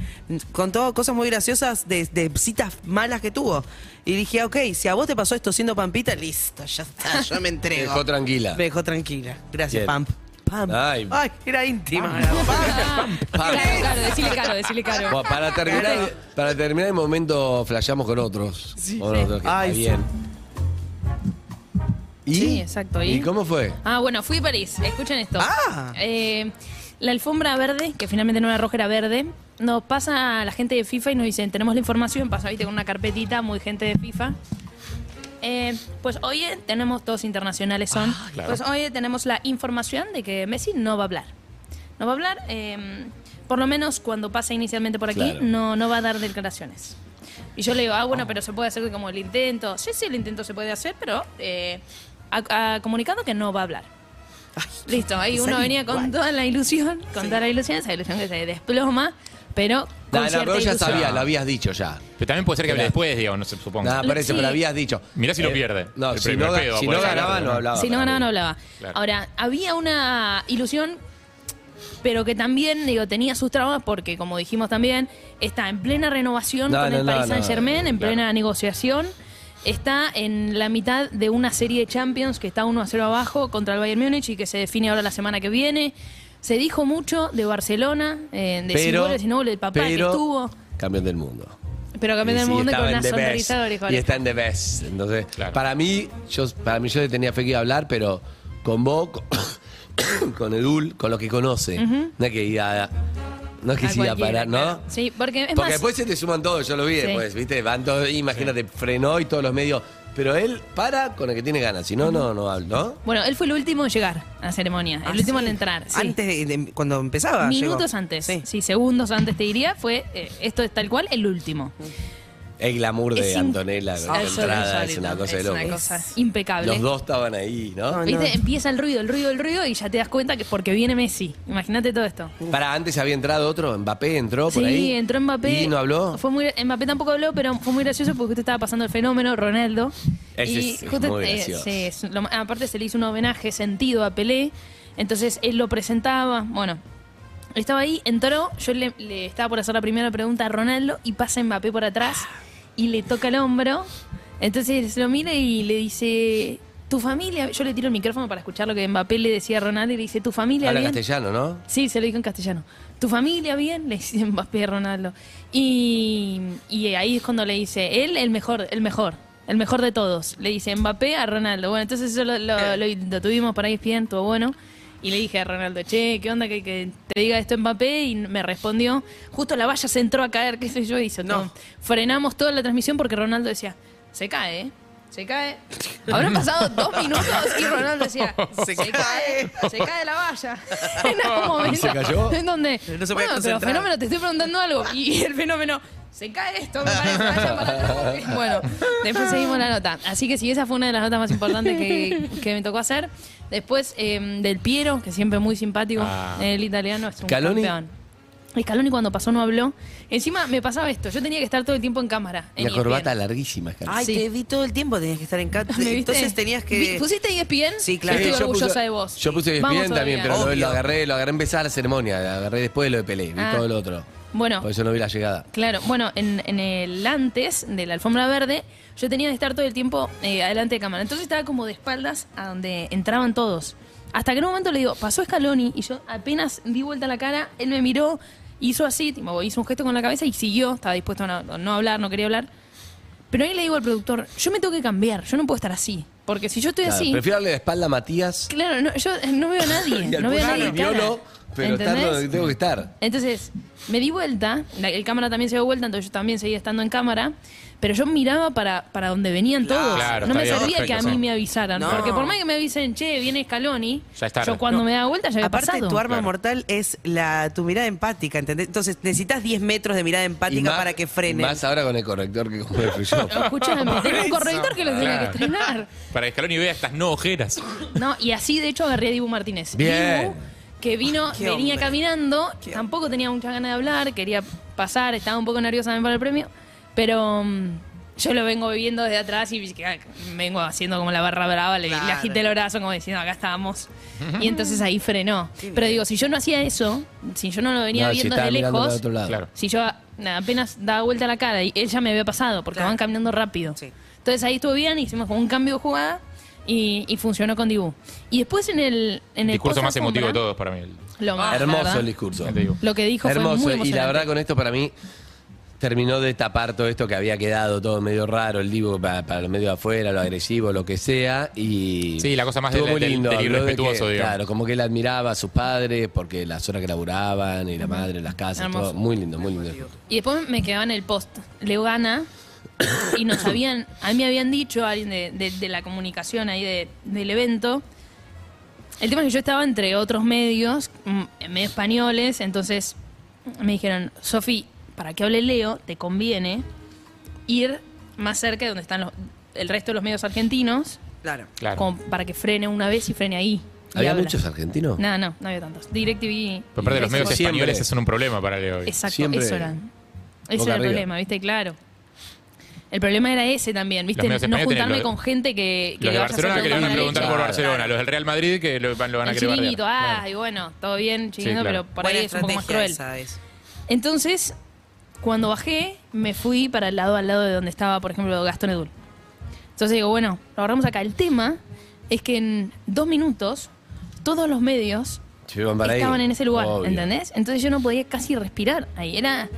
Speaker 8: contó cosas muy graciosas de, de citas malas que tuvo. Y dije, ah, ok, si a vos te pasó esto siendo Pampita, listo, ya está, yo me entrego.
Speaker 6: Dejó tranquila.
Speaker 8: Me dejó tranquila. Gracias,
Speaker 6: Bien.
Speaker 8: Pamp. pam.
Speaker 6: Ay.
Speaker 8: Ay, era íntima. la pam. (laughs)
Speaker 6: Pam.
Speaker 7: Ah, Claro, claro, decile caro, decile caro.
Speaker 6: (laughs) Bueno, para terminar, para terminar el momento flasheamos con otros.
Speaker 8: Sí.
Speaker 6: Con otros, que
Speaker 8: Ay,
Speaker 6: está
Speaker 8: sí.
Speaker 6: bien. ¿Y?
Speaker 7: Sí, exacto, ¿y?
Speaker 6: ¿Y cómo fue?
Speaker 7: Ah, bueno, fui a París. Escuchen esto.
Speaker 8: Ah.
Speaker 7: Eh, la alfombra verde, que finalmente no era roja, era verde, nos pasa a la gente de FIFA y nos dicen, tenemos la información, pasa, viste, con una carpetita, muy gente de FIFA. Eh, pues hoy eh, tenemos, todos internacionales son,
Speaker 9: claro.
Speaker 7: pues hoy tenemos la información de que Messi no va a hablar. No va a hablar, eh, por lo menos cuando pasa inicialmente por aquí,
Speaker 6: Claro.
Speaker 7: no, no va a dar declaraciones. Y yo le digo, ah, bueno, pero se puede hacer como el intento. Sí, sí, el intento se puede hacer, pero eh, ha, ha comunicado que no va a hablar. (laughs) Listo, ahí
Speaker 8: te
Speaker 7: uno
Speaker 8: sale
Speaker 7: venía con
Speaker 8: igual.
Speaker 7: toda la ilusión, con toda la ilusión, esa ilusión que se desploma, pero con
Speaker 6: No, no,
Speaker 7: cierta
Speaker 6: pero ya
Speaker 7: ilusión.
Speaker 6: sabía, lo habías dicho ya.
Speaker 9: Pero también puede ser que hable
Speaker 6: Mirá.
Speaker 9: después, Diego, no se supongo.
Speaker 6: Nada, por eso,
Speaker 7: Sí.
Speaker 6: pero habías dicho. eh,
Speaker 9: Mirá si lo pierde.
Speaker 6: No,
Speaker 9: El
Speaker 6: si
Speaker 9: primer
Speaker 6: no,
Speaker 9: pedo,
Speaker 6: si
Speaker 9: por
Speaker 6: no
Speaker 9: ahí.
Speaker 6: ganaba, no hablaba.
Speaker 7: si no
Speaker 6: para
Speaker 7: ganaba,
Speaker 6: mí.
Speaker 7: no hablaba.
Speaker 9: Claro.
Speaker 7: Ahora, había una ilusión, pero que también, digo, tenía sus trabas porque, como dijimos también, está en plena renovación
Speaker 6: No,
Speaker 7: con
Speaker 6: no,
Speaker 7: el
Speaker 6: no,
Speaker 7: Paris
Speaker 6: no,
Speaker 7: Saint-Germain, en
Speaker 9: claro.
Speaker 7: plena negociación. Está en la mitad de una serie de Champions que está 1 a 0 abajo contra el Bayern Múnich y que se define ahora la semana que viene. Se dijo mucho de Barcelona, eh, de si vuelve, si no vuelve, el papá
Speaker 6: pero-
Speaker 7: que estuvo.
Speaker 6: Campeón del mundo.
Speaker 7: Pero campeón del
Speaker 6: Sí,
Speaker 7: mundo y
Speaker 6: estaba
Speaker 7: con
Speaker 6: en
Speaker 7: una
Speaker 6: The Best.
Speaker 7: sonrisa de oreja a
Speaker 6: Y
Speaker 7: oreja.
Speaker 6: está en The Best. Entonces,
Speaker 9: Claro.
Speaker 6: para mí, yo para mí yo le tenía fe que iba a hablar, pero con vos, con, (coughs) con Edul, con lo que conoce. No es que iba a- no es que
Speaker 7: A
Speaker 6: se iba a
Speaker 7: cualquiera,
Speaker 6: parar, ¿no?
Speaker 7: claro. Sí, porque es
Speaker 6: Porque
Speaker 7: más-
Speaker 6: después se te suman todos, yo lo vi después, ¿viste? Van todos, imagínate, frenó y todos los medios. Pero él para con el que tiene ganas, si no, no, no hablo, ¿no?
Speaker 7: Bueno, él fue el último en llegar a la ceremonia, el
Speaker 8: Ah,
Speaker 7: último
Speaker 8: sí.
Speaker 7: en entrar. sí.
Speaker 8: Antes de, de- cuando empezaba.
Speaker 7: Minutos
Speaker 8: llegó.
Speaker 7: antes, sí.
Speaker 8: Sí.
Speaker 7: segundos antes te diría, fue eh, esto es tal cual el último.
Speaker 6: El glamour Ah, de
Speaker 7: Es in-
Speaker 6: Antonella, con la
Speaker 7: Algo
Speaker 6: entrada, es
Speaker 7: insólito,
Speaker 6: una cosa de
Speaker 7: es
Speaker 6: loco.
Speaker 7: una cosa impecable.
Speaker 6: Los dos estaban ahí, ¿no?
Speaker 8: No,
Speaker 7: ¿Viste? Empieza el ruido, el ruido, el ruido y ya te das cuenta que es porque viene Messi. Imagínate todo esto.
Speaker 6: Para antes había entrado otro, Mbappé entró por
Speaker 7: sí,
Speaker 6: ahí.
Speaker 7: entró Mbappé.
Speaker 6: ¿Y no habló?
Speaker 7: Fue muy, Mbappé tampoco habló, pero fue muy gracioso porque justo estaba pasando el fenómeno, Ronaldo.
Speaker 6: Ese
Speaker 7: y
Speaker 6: es muy
Speaker 7: eh,
Speaker 6: gracioso.
Speaker 7: sí, es lo ma- aparte se le hizo un homenaje sentido a Pelé. Entonces él lo presentaba. Bueno, estaba ahí, entró. Yo le, le estaba por hacer la primera pregunta a Ronaldo y pasa Mbappé por atrás y le toca el hombro. Entonces lo mira y le dice. Tu familia, yo le tiro el micrófono para escuchar lo que Mbappé le decía a Ronaldo y le dice, tu familia
Speaker 6: Habla
Speaker 7: bien?
Speaker 6: castellano, ¿no?
Speaker 7: Sí, se lo dijo en castellano. ¿Tu familia bien? Le dice (laughs) Mbappé a Ronaldo. Y, y ahí es cuando le dice, él el mejor, el mejor, el mejor de todos. Le dice Mbappé a Ronaldo. Bueno, entonces eso lo, lo- lo- lo tuvimos por ahí bien, estuvo bueno. Y le dije a Ronaldo, che, ¿qué onda que, que te diga esto Mbappé? Y me respondió, justo la valla se entró a caer, qué sé yo, y hizo
Speaker 8: No.
Speaker 7: todo. Frenamos toda la transmisión porque Ronaldo decía, se cae, ¿eh? Se cae. Habrán pasado dos minutos y Ronaldo decía,
Speaker 8: Se
Speaker 7: se,
Speaker 8: cae.
Speaker 7: cae, se cae la valla. (laughs) En algún momento.
Speaker 6: ¿Y se cayó?
Speaker 7: En donde,
Speaker 8: No se podía
Speaker 7: bueno, pero
Speaker 8: concentrar.
Speaker 7: fenómeno, te estoy preguntando algo. Y el fenómeno, se cae esto, me parece, vayan para atrás, porque- Bueno, después seguimos la nota. Así que sí, esa fue una de las notas más importantes que, que me tocó hacer. Después, eh, del Piero, que siempre muy simpático,
Speaker 9: Ah.
Speaker 7: el italiano es un
Speaker 6: Scaloni.
Speaker 7: campeón. Scaloni cuando pasó no habló. Encima me pasaba esto, yo tenía que estar todo el tiempo en cámara. en
Speaker 6: La
Speaker 7: ESPN.
Speaker 6: corbata larguísima, Scaloni.
Speaker 8: Ay,
Speaker 7: Sí. Ah,
Speaker 8: te vi todo el tiempo, tenías que estar en casa.
Speaker 7: ¿Me viste?
Speaker 8: Entonces tenías
Speaker 7: Vi-
Speaker 8: que.
Speaker 7: ¿Pusiste E ESPN?
Speaker 8: Sí, claro.
Speaker 7: Yo
Speaker 6: Sí,
Speaker 7: estoy
Speaker 6: yo
Speaker 7: orgullosa
Speaker 6: puse-
Speaker 7: de vos.
Speaker 6: Yo puse E
Speaker 7: Vamos Oh,
Speaker 6: bien también,
Speaker 7: todavía.
Speaker 6: pero lo,
Speaker 8: Obvio.
Speaker 6: lo agarré, lo agarré empezar la ceremonia, lo agarré después de lo de Pelé, vi
Speaker 7: Ah.
Speaker 6: todo lo otro.
Speaker 7: Bueno.
Speaker 6: Por eso no vi la llegada.
Speaker 7: Claro, bueno, en, en el antes de la alfombra verde, yo tenía que estar todo el tiempo eh, adelante de cámara. Entonces estaba como de espaldas a donde entraban todos. Hasta que en un momento le digo, pasó Scaloni, y yo apenas di vuelta la cara, él me miró, hizo así, tipo, hizo un gesto con la cabeza y siguió. Estaba dispuesto a no, no hablar, no quería hablar. Pero ahí le digo al productor, yo me tengo que cambiar, yo no puedo estar así. Porque si yo estoy
Speaker 6: Claro,
Speaker 7: así.
Speaker 6: Prefiero darle la espalda a Matías
Speaker 7: Claro, no, yo eh, no veo
Speaker 6: (laughs)
Speaker 7: a
Speaker 6: y
Speaker 7: nadie.
Speaker 6: al
Speaker 7: no veo a
Speaker 6: Pulgar
Speaker 7: nadie.
Speaker 6: y
Speaker 7: de cara.
Speaker 6: Violo, pero estar
Speaker 7: ¿Entendés?
Speaker 6: donde tengo que estar.
Speaker 7: Entonces, me di vuelta, la- el cámara también se dio vuelta, entonces yo también seguía estando en cámara, pero yo miraba para, para donde venían todos.
Speaker 9: Claro,
Speaker 7: no
Speaker 9: está
Speaker 7: me
Speaker 9: bien,
Speaker 7: servía que
Speaker 9: perfecto,
Speaker 7: a mí
Speaker 9: sí.
Speaker 7: me avisaran,
Speaker 8: No.
Speaker 7: porque por más que me avisen, che, viene Scaloni,
Speaker 9: Ya es tarde.
Speaker 7: yo cuando
Speaker 9: No.
Speaker 7: me daba vuelta ya había
Speaker 8: Aparte,
Speaker 7: pasado.
Speaker 8: tu arma
Speaker 9: Claro.
Speaker 8: mortal es la tu mirada empática, ¿entendés? Entonces necesitas 10 metros de mirada empática
Speaker 6: Y más-
Speaker 8: para que frene.
Speaker 6: y Más ahora con el corrector que como el fluyó.
Speaker 7: Escuchame, tengo
Speaker 8: (laughs)
Speaker 7: un corrector que lo tenía que
Speaker 9: Claro.
Speaker 7: estrenar.
Speaker 9: Para que Scaloni vea estas no ojeras.
Speaker 7: No, y así de hecho agarré a Dibu Martínez.
Speaker 6: Bien.
Speaker 7: Dibu, que vino,
Speaker 8: Ah, Qué
Speaker 7: venía
Speaker 8: hombre.
Speaker 7: caminando,
Speaker 8: Qué
Speaker 7: tampoco tenía mucha ganas de hablar, quería pasar, estaba un poco nerviosa también para el premio, pero mm, yo lo vengo viviendo desde atrás y que, ah, vengo haciendo como la barra brava, le, le
Speaker 8: Claro.
Speaker 7: agité el brazo como diciendo, acá estábamos. Y entonces ahí frenó. Pero digo, si yo no hacía eso, si yo no lo venía
Speaker 6: No, si
Speaker 7: viendo
Speaker 6: estaba
Speaker 7: desde
Speaker 6: mirando para
Speaker 7: lejos,
Speaker 6: otro lado.
Speaker 9: Claro.
Speaker 7: si yo nada, apenas daba vuelta la cara y ella me había pasado porque
Speaker 8: Claro.
Speaker 7: van caminando rápido.
Speaker 8: Sí.
Speaker 7: Entonces ahí estuvo bien, hicimos como un cambio de jugada y, y funcionó con Dibu. Y después en el. En el
Speaker 9: Discurso
Speaker 7: post
Speaker 9: más emotivo de
Speaker 7: alfombra,
Speaker 9: todos para mí. el-
Speaker 7: Lo más,
Speaker 6: Ah. Hermoso
Speaker 7: Ah, ¿verdad?
Speaker 6: el discurso.
Speaker 9: Ya te digo.
Speaker 7: Lo que dijo
Speaker 6: Hermoso.
Speaker 7: fue muy
Speaker 6: y la
Speaker 7: emocionante.
Speaker 6: verdad con esto para mí terminó de tapar todo esto que había quedado todo medio raro, el libro para, para los medios de afuera, lo agresivo, lo que sea. Y
Speaker 9: Sí, la cosa más
Speaker 6: estuvo
Speaker 9: del-
Speaker 6: muy
Speaker 9: del-
Speaker 6: lindo,
Speaker 9: del
Speaker 6: habló de
Speaker 9: irrespetuoso,
Speaker 6: que,
Speaker 9: digamos.
Speaker 6: Claro, como que él admiraba a sus padres porque las horas que laburaban y la madre, las casas,
Speaker 7: Hermoso.
Speaker 6: todo. Muy lindo, muy lindo.
Speaker 7: Y después me quedaba en el post. Leo gana. Y nos habían, a mí me habían dicho, alguien de, de- de la comunicación ahí de- del evento. El tema es que yo estaba entre otros medios, mm, medios españoles, entonces me dijeron, Sofi, para que hable Leo, te conviene ir más cerca de donde están los- el resto de los medios argentinos,
Speaker 8: Claro.
Speaker 9: Claro.
Speaker 7: como para que frene una vez y frene ahí. y
Speaker 6: ¿Había
Speaker 7: habla".
Speaker 6: muchos argentinos?
Speaker 7: No, no, no había tantos. DirecTV.
Speaker 9: Pero aparte, los medios
Speaker 6: Siempre.
Speaker 9: españoles son un problema para Leo. hoy.
Speaker 7: Exacto,
Speaker 6: Siempre
Speaker 7: eso era. Ese
Speaker 6: boca
Speaker 7: era el
Speaker 6: arriba.
Speaker 7: problema, ¿viste? Claro. El problema era ese también, ¿viste?
Speaker 9: Los medios
Speaker 7: No
Speaker 9: españoles
Speaker 7: juntarme
Speaker 9: tienen lo-
Speaker 7: con gente que. que
Speaker 9: Los de
Speaker 7: vaya a hacer
Speaker 9: Barcelona que le van a
Speaker 7: preguntas
Speaker 9: preguntar por
Speaker 7: derecho.
Speaker 9: Barcelona, los del Real Madrid que lo, van- lo van a
Speaker 7: El
Speaker 9: querer bardear.
Speaker 7: chiringuito, ah, y bueno, todo bien, chiringuito,
Speaker 9: Sí, claro.
Speaker 7: pero por
Speaker 8: Buena
Speaker 7: ahí es un poco más
Speaker 8: estrategia
Speaker 7: cruel.
Speaker 8: esa es.
Speaker 7: Entonces, cuando bajé, me fui para el lado al lado de donde estaba, por ejemplo, Gastón Edul. Entonces digo, bueno, lo agarramos acá. El tema es que en dos minutos, todos los medios
Speaker 6: Se iban para ahí.
Speaker 7: estaban en ese lugar,
Speaker 6: Obvio.
Speaker 7: ¿entendés? Entonces yo no podía casi respirar ahí. Era.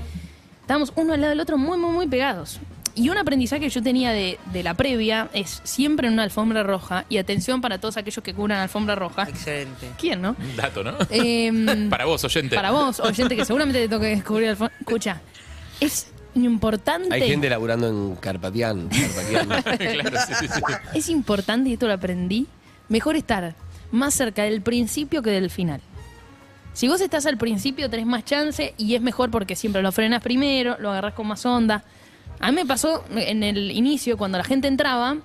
Speaker 7: Estábamos uno al lado del otro muy, muy, muy pegados. Y un aprendizaje que yo tenía de, de la previa es siempre en una alfombra roja, y atención para todos aquellos que cubran alfombra roja.
Speaker 8: Excelente.
Speaker 7: ¿Quién, no?
Speaker 9: Un Dato,
Speaker 7: (laughs)
Speaker 9: ¿no?
Speaker 7: Em,
Speaker 9: para vos, oyente.
Speaker 7: ah. para vos, oyente, que seguramente te toque descubrir alfombra. Escucha, es importante.
Speaker 6: Hay gente laburando en Carpatián.
Speaker 7: (laughs)
Speaker 6: Carpatián.
Speaker 9: (laughs) claro, sí, sí, sí.
Speaker 7: Es importante, y esto lo aprendí, mejor estar más cerca del principio que del final. Si vos estás al principio, tenés más chance y es mejor porque siempre lo frenas primero, lo agarrás con más onda. A mí me pasó en el inicio, cuando la gente entraba,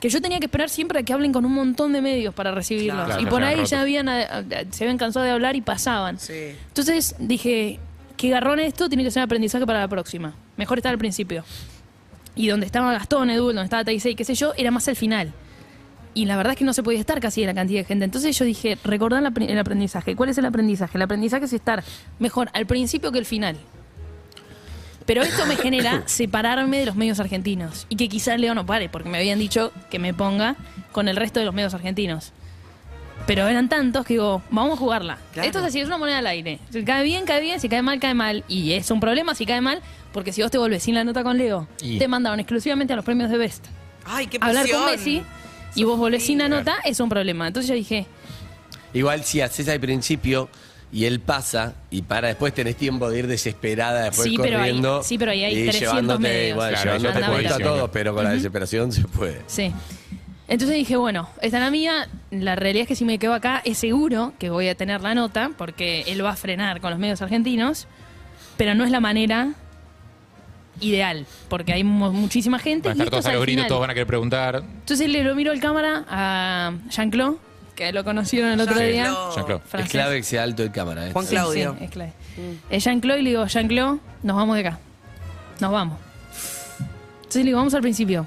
Speaker 7: que yo tenía que esperar siempre a que hablen con un montón de medios para recibirlos.
Speaker 8: Claro.
Speaker 7: y
Speaker 9: Claro,
Speaker 7: por
Speaker 9: ya
Speaker 7: ahí
Speaker 9: roto.
Speaker 7: ya habían, ah, ah, se habían cansado de hablar y pasaban.
Speaker 8: Sí.
Speaker 7: Entonces dije, qué garrón esto, tiene que ser un aprendizaje para la próxima. Mejor estar al principio. Y donde estaba Gastón, Edul, donde estaba Taisei, qué sé yo, era más el final. Y la verdad es que no se podía estar casi de la cantidad de gente. Entonces yo dije, recordar la- el aprendizaje. ¿Cuál es el aprendizaje? El aprendizaje es estar mejor al principio que el final. Pero esto me genera separarme de los medios argentinos. Y que quizás Leo no pare, porque me habían dicho que me ponga con el resto de los medios argentinos. Pero eran tantos que digo, vamos a jugarla.
Speaker 8: Claro.
Speaker 7: Esto es así, es una moneda al aire. Si cae bien, cae bien, si cae mal, cae mal. Y es un problema si cae mal, porque si vos te volvés sin la nota con Leo,
Speaker 9: Y-
Speaker 7: te mandaron exclusivamente a los premios de Best.
Speaker 8: Ay, qué
Speaker 7: Hablar
Speaker 8: pasión.
Speaker 7: con Messi y vos volvés sin la nota es un problema. Entonces yo dije,
Speaker 6: Igual si haces al principio y él pasa y para después tenés tiempo de ir desesperada después
Speaker 7: Sí, pero hay-
Speaker 6: corriendo.
Speaker 7: sí, pero ahí hay
Speaker 6: y
Speaker 7: 300
Speaker 6: llevándote,
Speaker 7: medios.
Speaker 6: Bueno,
Speaker 9: Claro,
Speaker 6: llevándote
Speaker 7: anda a
Speaker 6: puesto a
Speaker 7: ver.
Speaker 6: todos, pero con la desesperación se puede.
Speaker 7: Sí. Entonces dije, bueno, esta es la mía. La realidad es que si me quedo acá, es seguro que voy a tener la nota, porque él va a frenar con los medios argentinos, pero no es la manera ideal, porque hay mu- muchísima gente.
Speaker 9: Van a
Speaker 7: y
Speaker 9: estar
Speaker 7: esto
Speaker 9: todos
Speaker 7: es
Speaker 9: a
Speaker 7: al
Speaker 9: los gritos,
Speaker 7: final.
Speaker 9: todos van a querer preguntar.
Speaker 7: Entonces le lo miro el cámara a Jean-Claude, que lo conocieron el otro
Speaker 9: Sí,
Speaker 7: día.
Speaker 8: Jean-Claude.
Speaker 9: Jean-Claude.
Speaker 6: Es
Speaker 7: francés.
Speaker 6: clave que sea alto de cámara. ¿eh?
Speaker 8: Juan
Speaker 7: Sí,
Speaker 8: Claudio.
Speaker 7: sí, es clave. Eh, Jean-Claude, le digo, Jean-Claude, nos vamos de acá. Nos vamos. Entonces le digo, vamos al principio.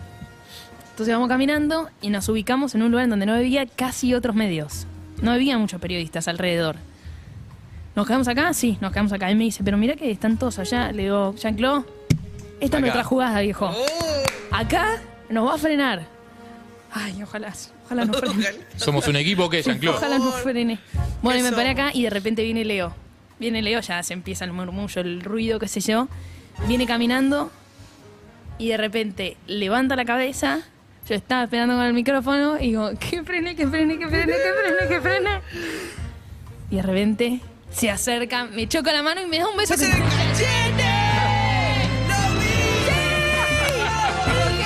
Speaker 7: Entonces vamos caminando y nos ubicamos en un lugar en donde no había casi otros medios. No había muchos periodistas alrededor. ¿Nos quedamos acá? Sí, nos quedamos acá. Él me dice, pero mira que están todos allá. Le digo, Jean-Claude, esta es
Speaker 6: Acá.
Speaker 7: nuestra jugada, viejo. Acá nos va a frenar. Ay, ojalá, ojalá no frene.
Speaker 9: Somos un equipo que Jean-Claude.
Speaker 7: Ojalá no frene. Bueno, y me
Speaker 8: Eso.
Speaker 7: paré acá y de repente viene Leo. Viene Leo, ya se empieza el murmullo, el ruido, qué sé yo. Viene caminando y de repente levanta la cabeza. Yo estaba esperando con el micrófono y digo, que frene, que frene, que frene, que frene, que frene. Y de repente se acerca, me choca la mano y me da un beso.
Speaker 8: ¡Ese del cachete! ¡Lo vi!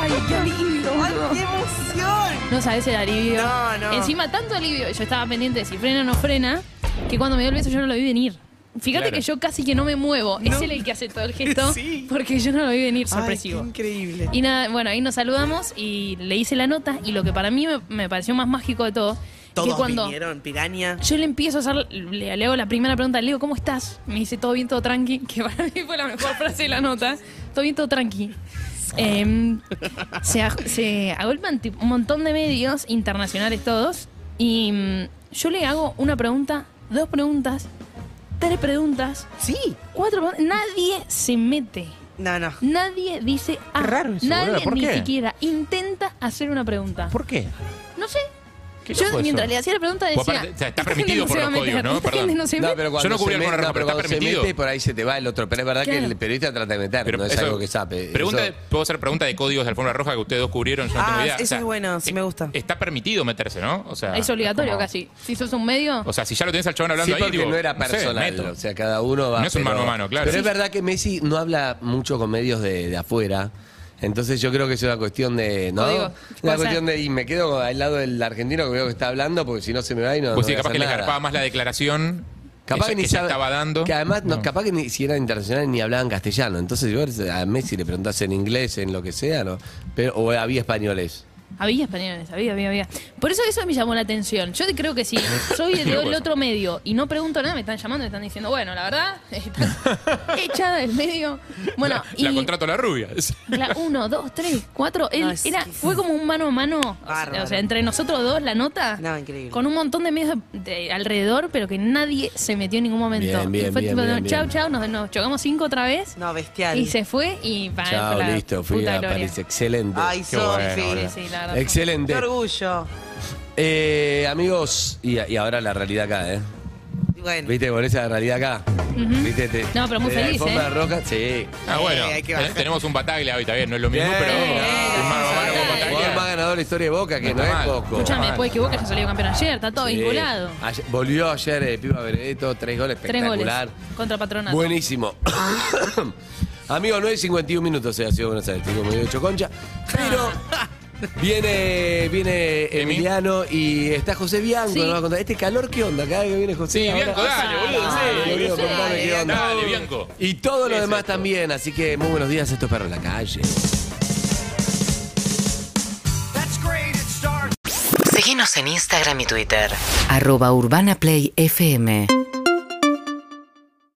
Speaker 7: ¡Ay, qué alivio!
Speaker 8: ¡Ay,
Speaker 7: boludo!
Speaker 8: qué emoción!
Speaker 7: No sabes el alivio.
Speaker 8: No, no.
Speaker 7: Encima, tanto alivio. Yo estaba pendiente de si frena o no frena, que cuando me dio el beso yo no lo vi venir. Fíjate
Speaker 9: Claro.
Speaker 7: que yo casi que no me muevo. Es él el que hace todo el
Speaker 8: (laughs)
Speaker 7: gesto,
Speaker 8: Sí.
Speaker 7: porque yo no lo vi venir
Speaker 8: Ay,
Speaker 7: sorpresivo.
Speaker 8: qué increíble.
Speaker 7: y nada, bueno, ahí nos saludamos y le hice la nota. Y lo que para mí me, me pareció más mágico de todo,
Speaker 8: Todos
Speaker 7: que cuando
Speaker 8: vinieron, piraña.
Speaker 7: yo le empiezo a hacer, le, le hago la primera pregunta, le digo, ¿cómo estás? Me dice, todo bien, todo tranqui, (laughs) que para mí fue la mejor (laughs) frase de la nota. Todo bien, todo tranqui. Em, se, aj- se agolpan tipo, un montón de medios, internacionales todos, y mm, yo le hago una pregunta, dos preguntas, tres preguntas,
Speaker 8: Sí.
Speaker 7: cuatro preguntas. Nadie se mete.
Speaker 8: No, no.
Speaker 7: Nadie dice ah.
Speaker 9: Qué raro eso,
Speaker 7: Nadie
Speaker 9: boluda, ¿por
Speaker 7: ni
Speaker 9: qué?
Speaker 7: siquiera intenta hacer una pregunta.
Speaker 9: ¿Por qué?
Speaker 7: No sé.
Speaker 9: ¿Qué
Speaker 7: Yo
Speaker 9: loco eso?
Speaker 7: mientras le hacía la pregunta decía.
Speaker 9: Pues aparte, o
Speaker 7: (laughs)
Speaker 9: sea, está
Speaker 7: "Esta
Speaker 9: permitido
Speaker 7: gente no
Speaker 9: por
Speaker 7: se
Speaker 9: los
Speaker 7: va a meter,
Speaker 9: códigos,
Speaker 7: (laughs)
Speaker 9: ¿no?
Speaker 7: esta
Speaker 9: Perdón.
Speaker 7: gente no se
Speaker 6: No,
Speaker 7: mete".
Speaker 6: pero cuando
Speaker 9: Yo no
Speaker 6: se
Speaker 9: cubrí
Speaker 6: mete-
Speaker 9: alguna roja,
Speaker 6: no,
Speaker 9: pero está
Speaker 6: cuando se
Speaker 9: permitido.
Speaker 6: mete, por ahí se te va el otro. Pero es verdad que
Speaker 7: Claro.
Speaker 6: el periodista trata de meter, no es
Speaker 9: eso-
Speaker 6: algo que sabe.
Speaker 9: Pregunta,
Speaker 6: Eso-
Speaker 9: puedo hacer pregunta de códigos de alfombra roja que ustedes dos cubrieron, yo no
Speaker 8: Ah,
Speaker 9: tengo idea.
Speaker 8: eso es bueno, sí
Speaker 9: eh,
Speaker 8: me gusta.
Speaker 9: Está permitido meterse, ¿no? O sea,
Speaker 7: Es obligatorio
Speaker 9: como-
Speaker 7: casi. Si sos un medio.
Speaker 9: O sea, si ya lo tenés al chabón
Speaker 6: Sí,
Speaker 9: hablando ahí,
Speaker 6: porque
Speaker 9: digo,
Speaker 6: no era
Speaker 9: sé,
Speaker 6: personal.
Speaker 9: meto.
Speaker 6: o sea, cada uno va.
Speaker 9: No es un mano a mano, claro.
Speaker 6: Pero
Speaker 9: Sí.
Speaker 6: es verdad que Messi no habla mucho con medios de, de afuera. Entonces yo creo que es una cuestión de. ¿No?
Speaker 7: Código.
Speaker 6: una
Speaker 7: Cosa.
Speaker 6: cuestión de. Y me quedo al lado del argentino que veo que está hablando, porque si no se me va y no.
Speaker 9: pues
Speaker 6: no voy
Speaker 9: sí,
Speaker 6: a
Speaker 9: capaz que
Speaker 6: hacer
Speaker 9: le
Speaker 6: nada.
Speaker 9: garpaba más la declaración
Speaker 6: Capaz que
Speaker 9: que,
Speaker 6: ni
Speaker 9: ya- que ya
Speaker 6: sabe-
Speaker 9: estaba dando.
Speaker 6: Que además, no,
Speaker 9: No.
Speaker 6: capaz que ni, si eran internacionales ni hablaban castellano. Entonces, yo a Messi le preguntas en inglés, en lo que sea, ¿no? Pero, o había españoles.
Speaker 7: Había españoles, había, había, había. Por eso eso me llamó la atención. Yo creo que
Speaker 9: (laughs)
Speaker 7: si soy del
Speaker 9: Loco eso.
Speaker 7: otro medio y no pregunto nada, me están llamando y me están diciendo, bueno, la verdad, (laughs) estás
Speaker 9: (laughs)
Speaker 7: echada del medio. Bueno,
Speaker 9: la,
Speaker 7: y
Speaker 9: la contrato a la rubia. (laughs) Ah,
Speaker 7: la uno, dos, tres, cuatro, él
Speaker 8: No, es
Speaker 7: era,
Speaker 8: que-
Speaker 7: fue como un mano a mano. o sea,
Speaker 8: Bárbaro.
Speaker 7: O sea, entre nosotros dos la nota.
Speaker 8: No, increíble.
Speaker 7: Con un montón de medios de- alrededor, pero que nadie se metió en ningún momento.
Speaker 6: Bien, bien,
Speaker 7: y fue
Speaker 6: bien,
Speaker 7: tipo,
Speaker 6: bien, bien.
Speaker 7: chau, chau, nos, nos chocamos cinco otra vez.
Speaker 8: No, bestial.
Speaker 7: Y se fue y pa,
Speaker 6: Chao,
Speaker 7: fue la
Speaker 6: listo, fui
Speaker 7: puta
Speaker 6: a
Speaker 7: gloria.
Speaker 6: París. Excelente.
Speaker 8: Ay,
Speaker 9: Qué bueno,
Speaker 8: Sofi.
Speaker 9: boludo.
Speaker 7: Sí, la verdad.
Speaker 6: Excelente.
Speaker 8: Qué orgullo.
Speaker 6: Eh, amigos, y, y ahora la realidad acá, ¿eh?
Speaker 8: Bueno.
Speaker 6: ¿Viste? Con esa realidad acá. ¿Viste? Te-
Speaker 7: No, pero muy
Speaker 6: te da
Speaker 7: feliz,
Speaker 6: alfombra
Speaker 7: ¿eh?
Speaker 6: roja, sí.
Speaker 9: Ah, bueno,
Speaker 8: hay que
Speaker 9: ten-
Speaker 8: bajar.
Speaker 9: tenemos un Bataglia hoy, está bien, no es lo mismo,
Speaker 6: Bien.
Speaker 9: pero
Speaker 6: Bien.
Speaker 9: un mano a mano con
Speaker 6: El
Speaker 7: Bataglia.
Speaker 6: jugador más
Speaker 9: Bataglia.
Speaker 6: ganador de la historia de Boca, que
Speaker 9: No
Speaker 6: no,
Speaker 9: está
Speaker 6: es
Speaker 9: mal.
Speaker 6: poco.
Speaker 7: Escuchame,
Speaker 9: Mal.
Speaker 7: después que Boca ya salió campeón ayer, está todo
Speaker 6: Sí. Ah,
Speaker 7: vinculado.
Speaker 6: Ayer- volvió ayer eh, Pipa Benedetto, tres goles
Speaker 7: Tres goles
Speaker 6: espectacular.
Speaker 7: contra Patronato.
Speaker 6: Buenísimo. (coughs) Amigo, 9 y 51 minutos se ha sido Buenos Aires, digo, medio hecho concha. Pero viene, viene
Speaker 9: Emi.
Speaker 6: Emiliano y está José Bianco.
Speaker 7: Sí.
Speaker 6: nos va a contar. Este calor, ¿qué onda? Cada vez que viene José.
Speaker 9: Sí,
Speaker 6: ahora-
Speaker 9: Bianco, dale, boludo,
Speaker 7: Ah,
Speaker 9: sí,
Speaker 6: Ay,
Speaker 7: boludo,
Speaker 6: querido,
Speaker 7: sí.
Speaker 6: contame qué onda.
Speaker 9: Dale, Bianco.
Speaker 6: Y todo lo
Speaker 9: ¿Qué es
Speaker 6: demás
Speaker 9: esto?
Speaker 6: también, así que muy buenos días, esto es Perro en la Calle.
Speaker 10: Seguinos en Instagram y Twitter. Arroba Urbana Play FM.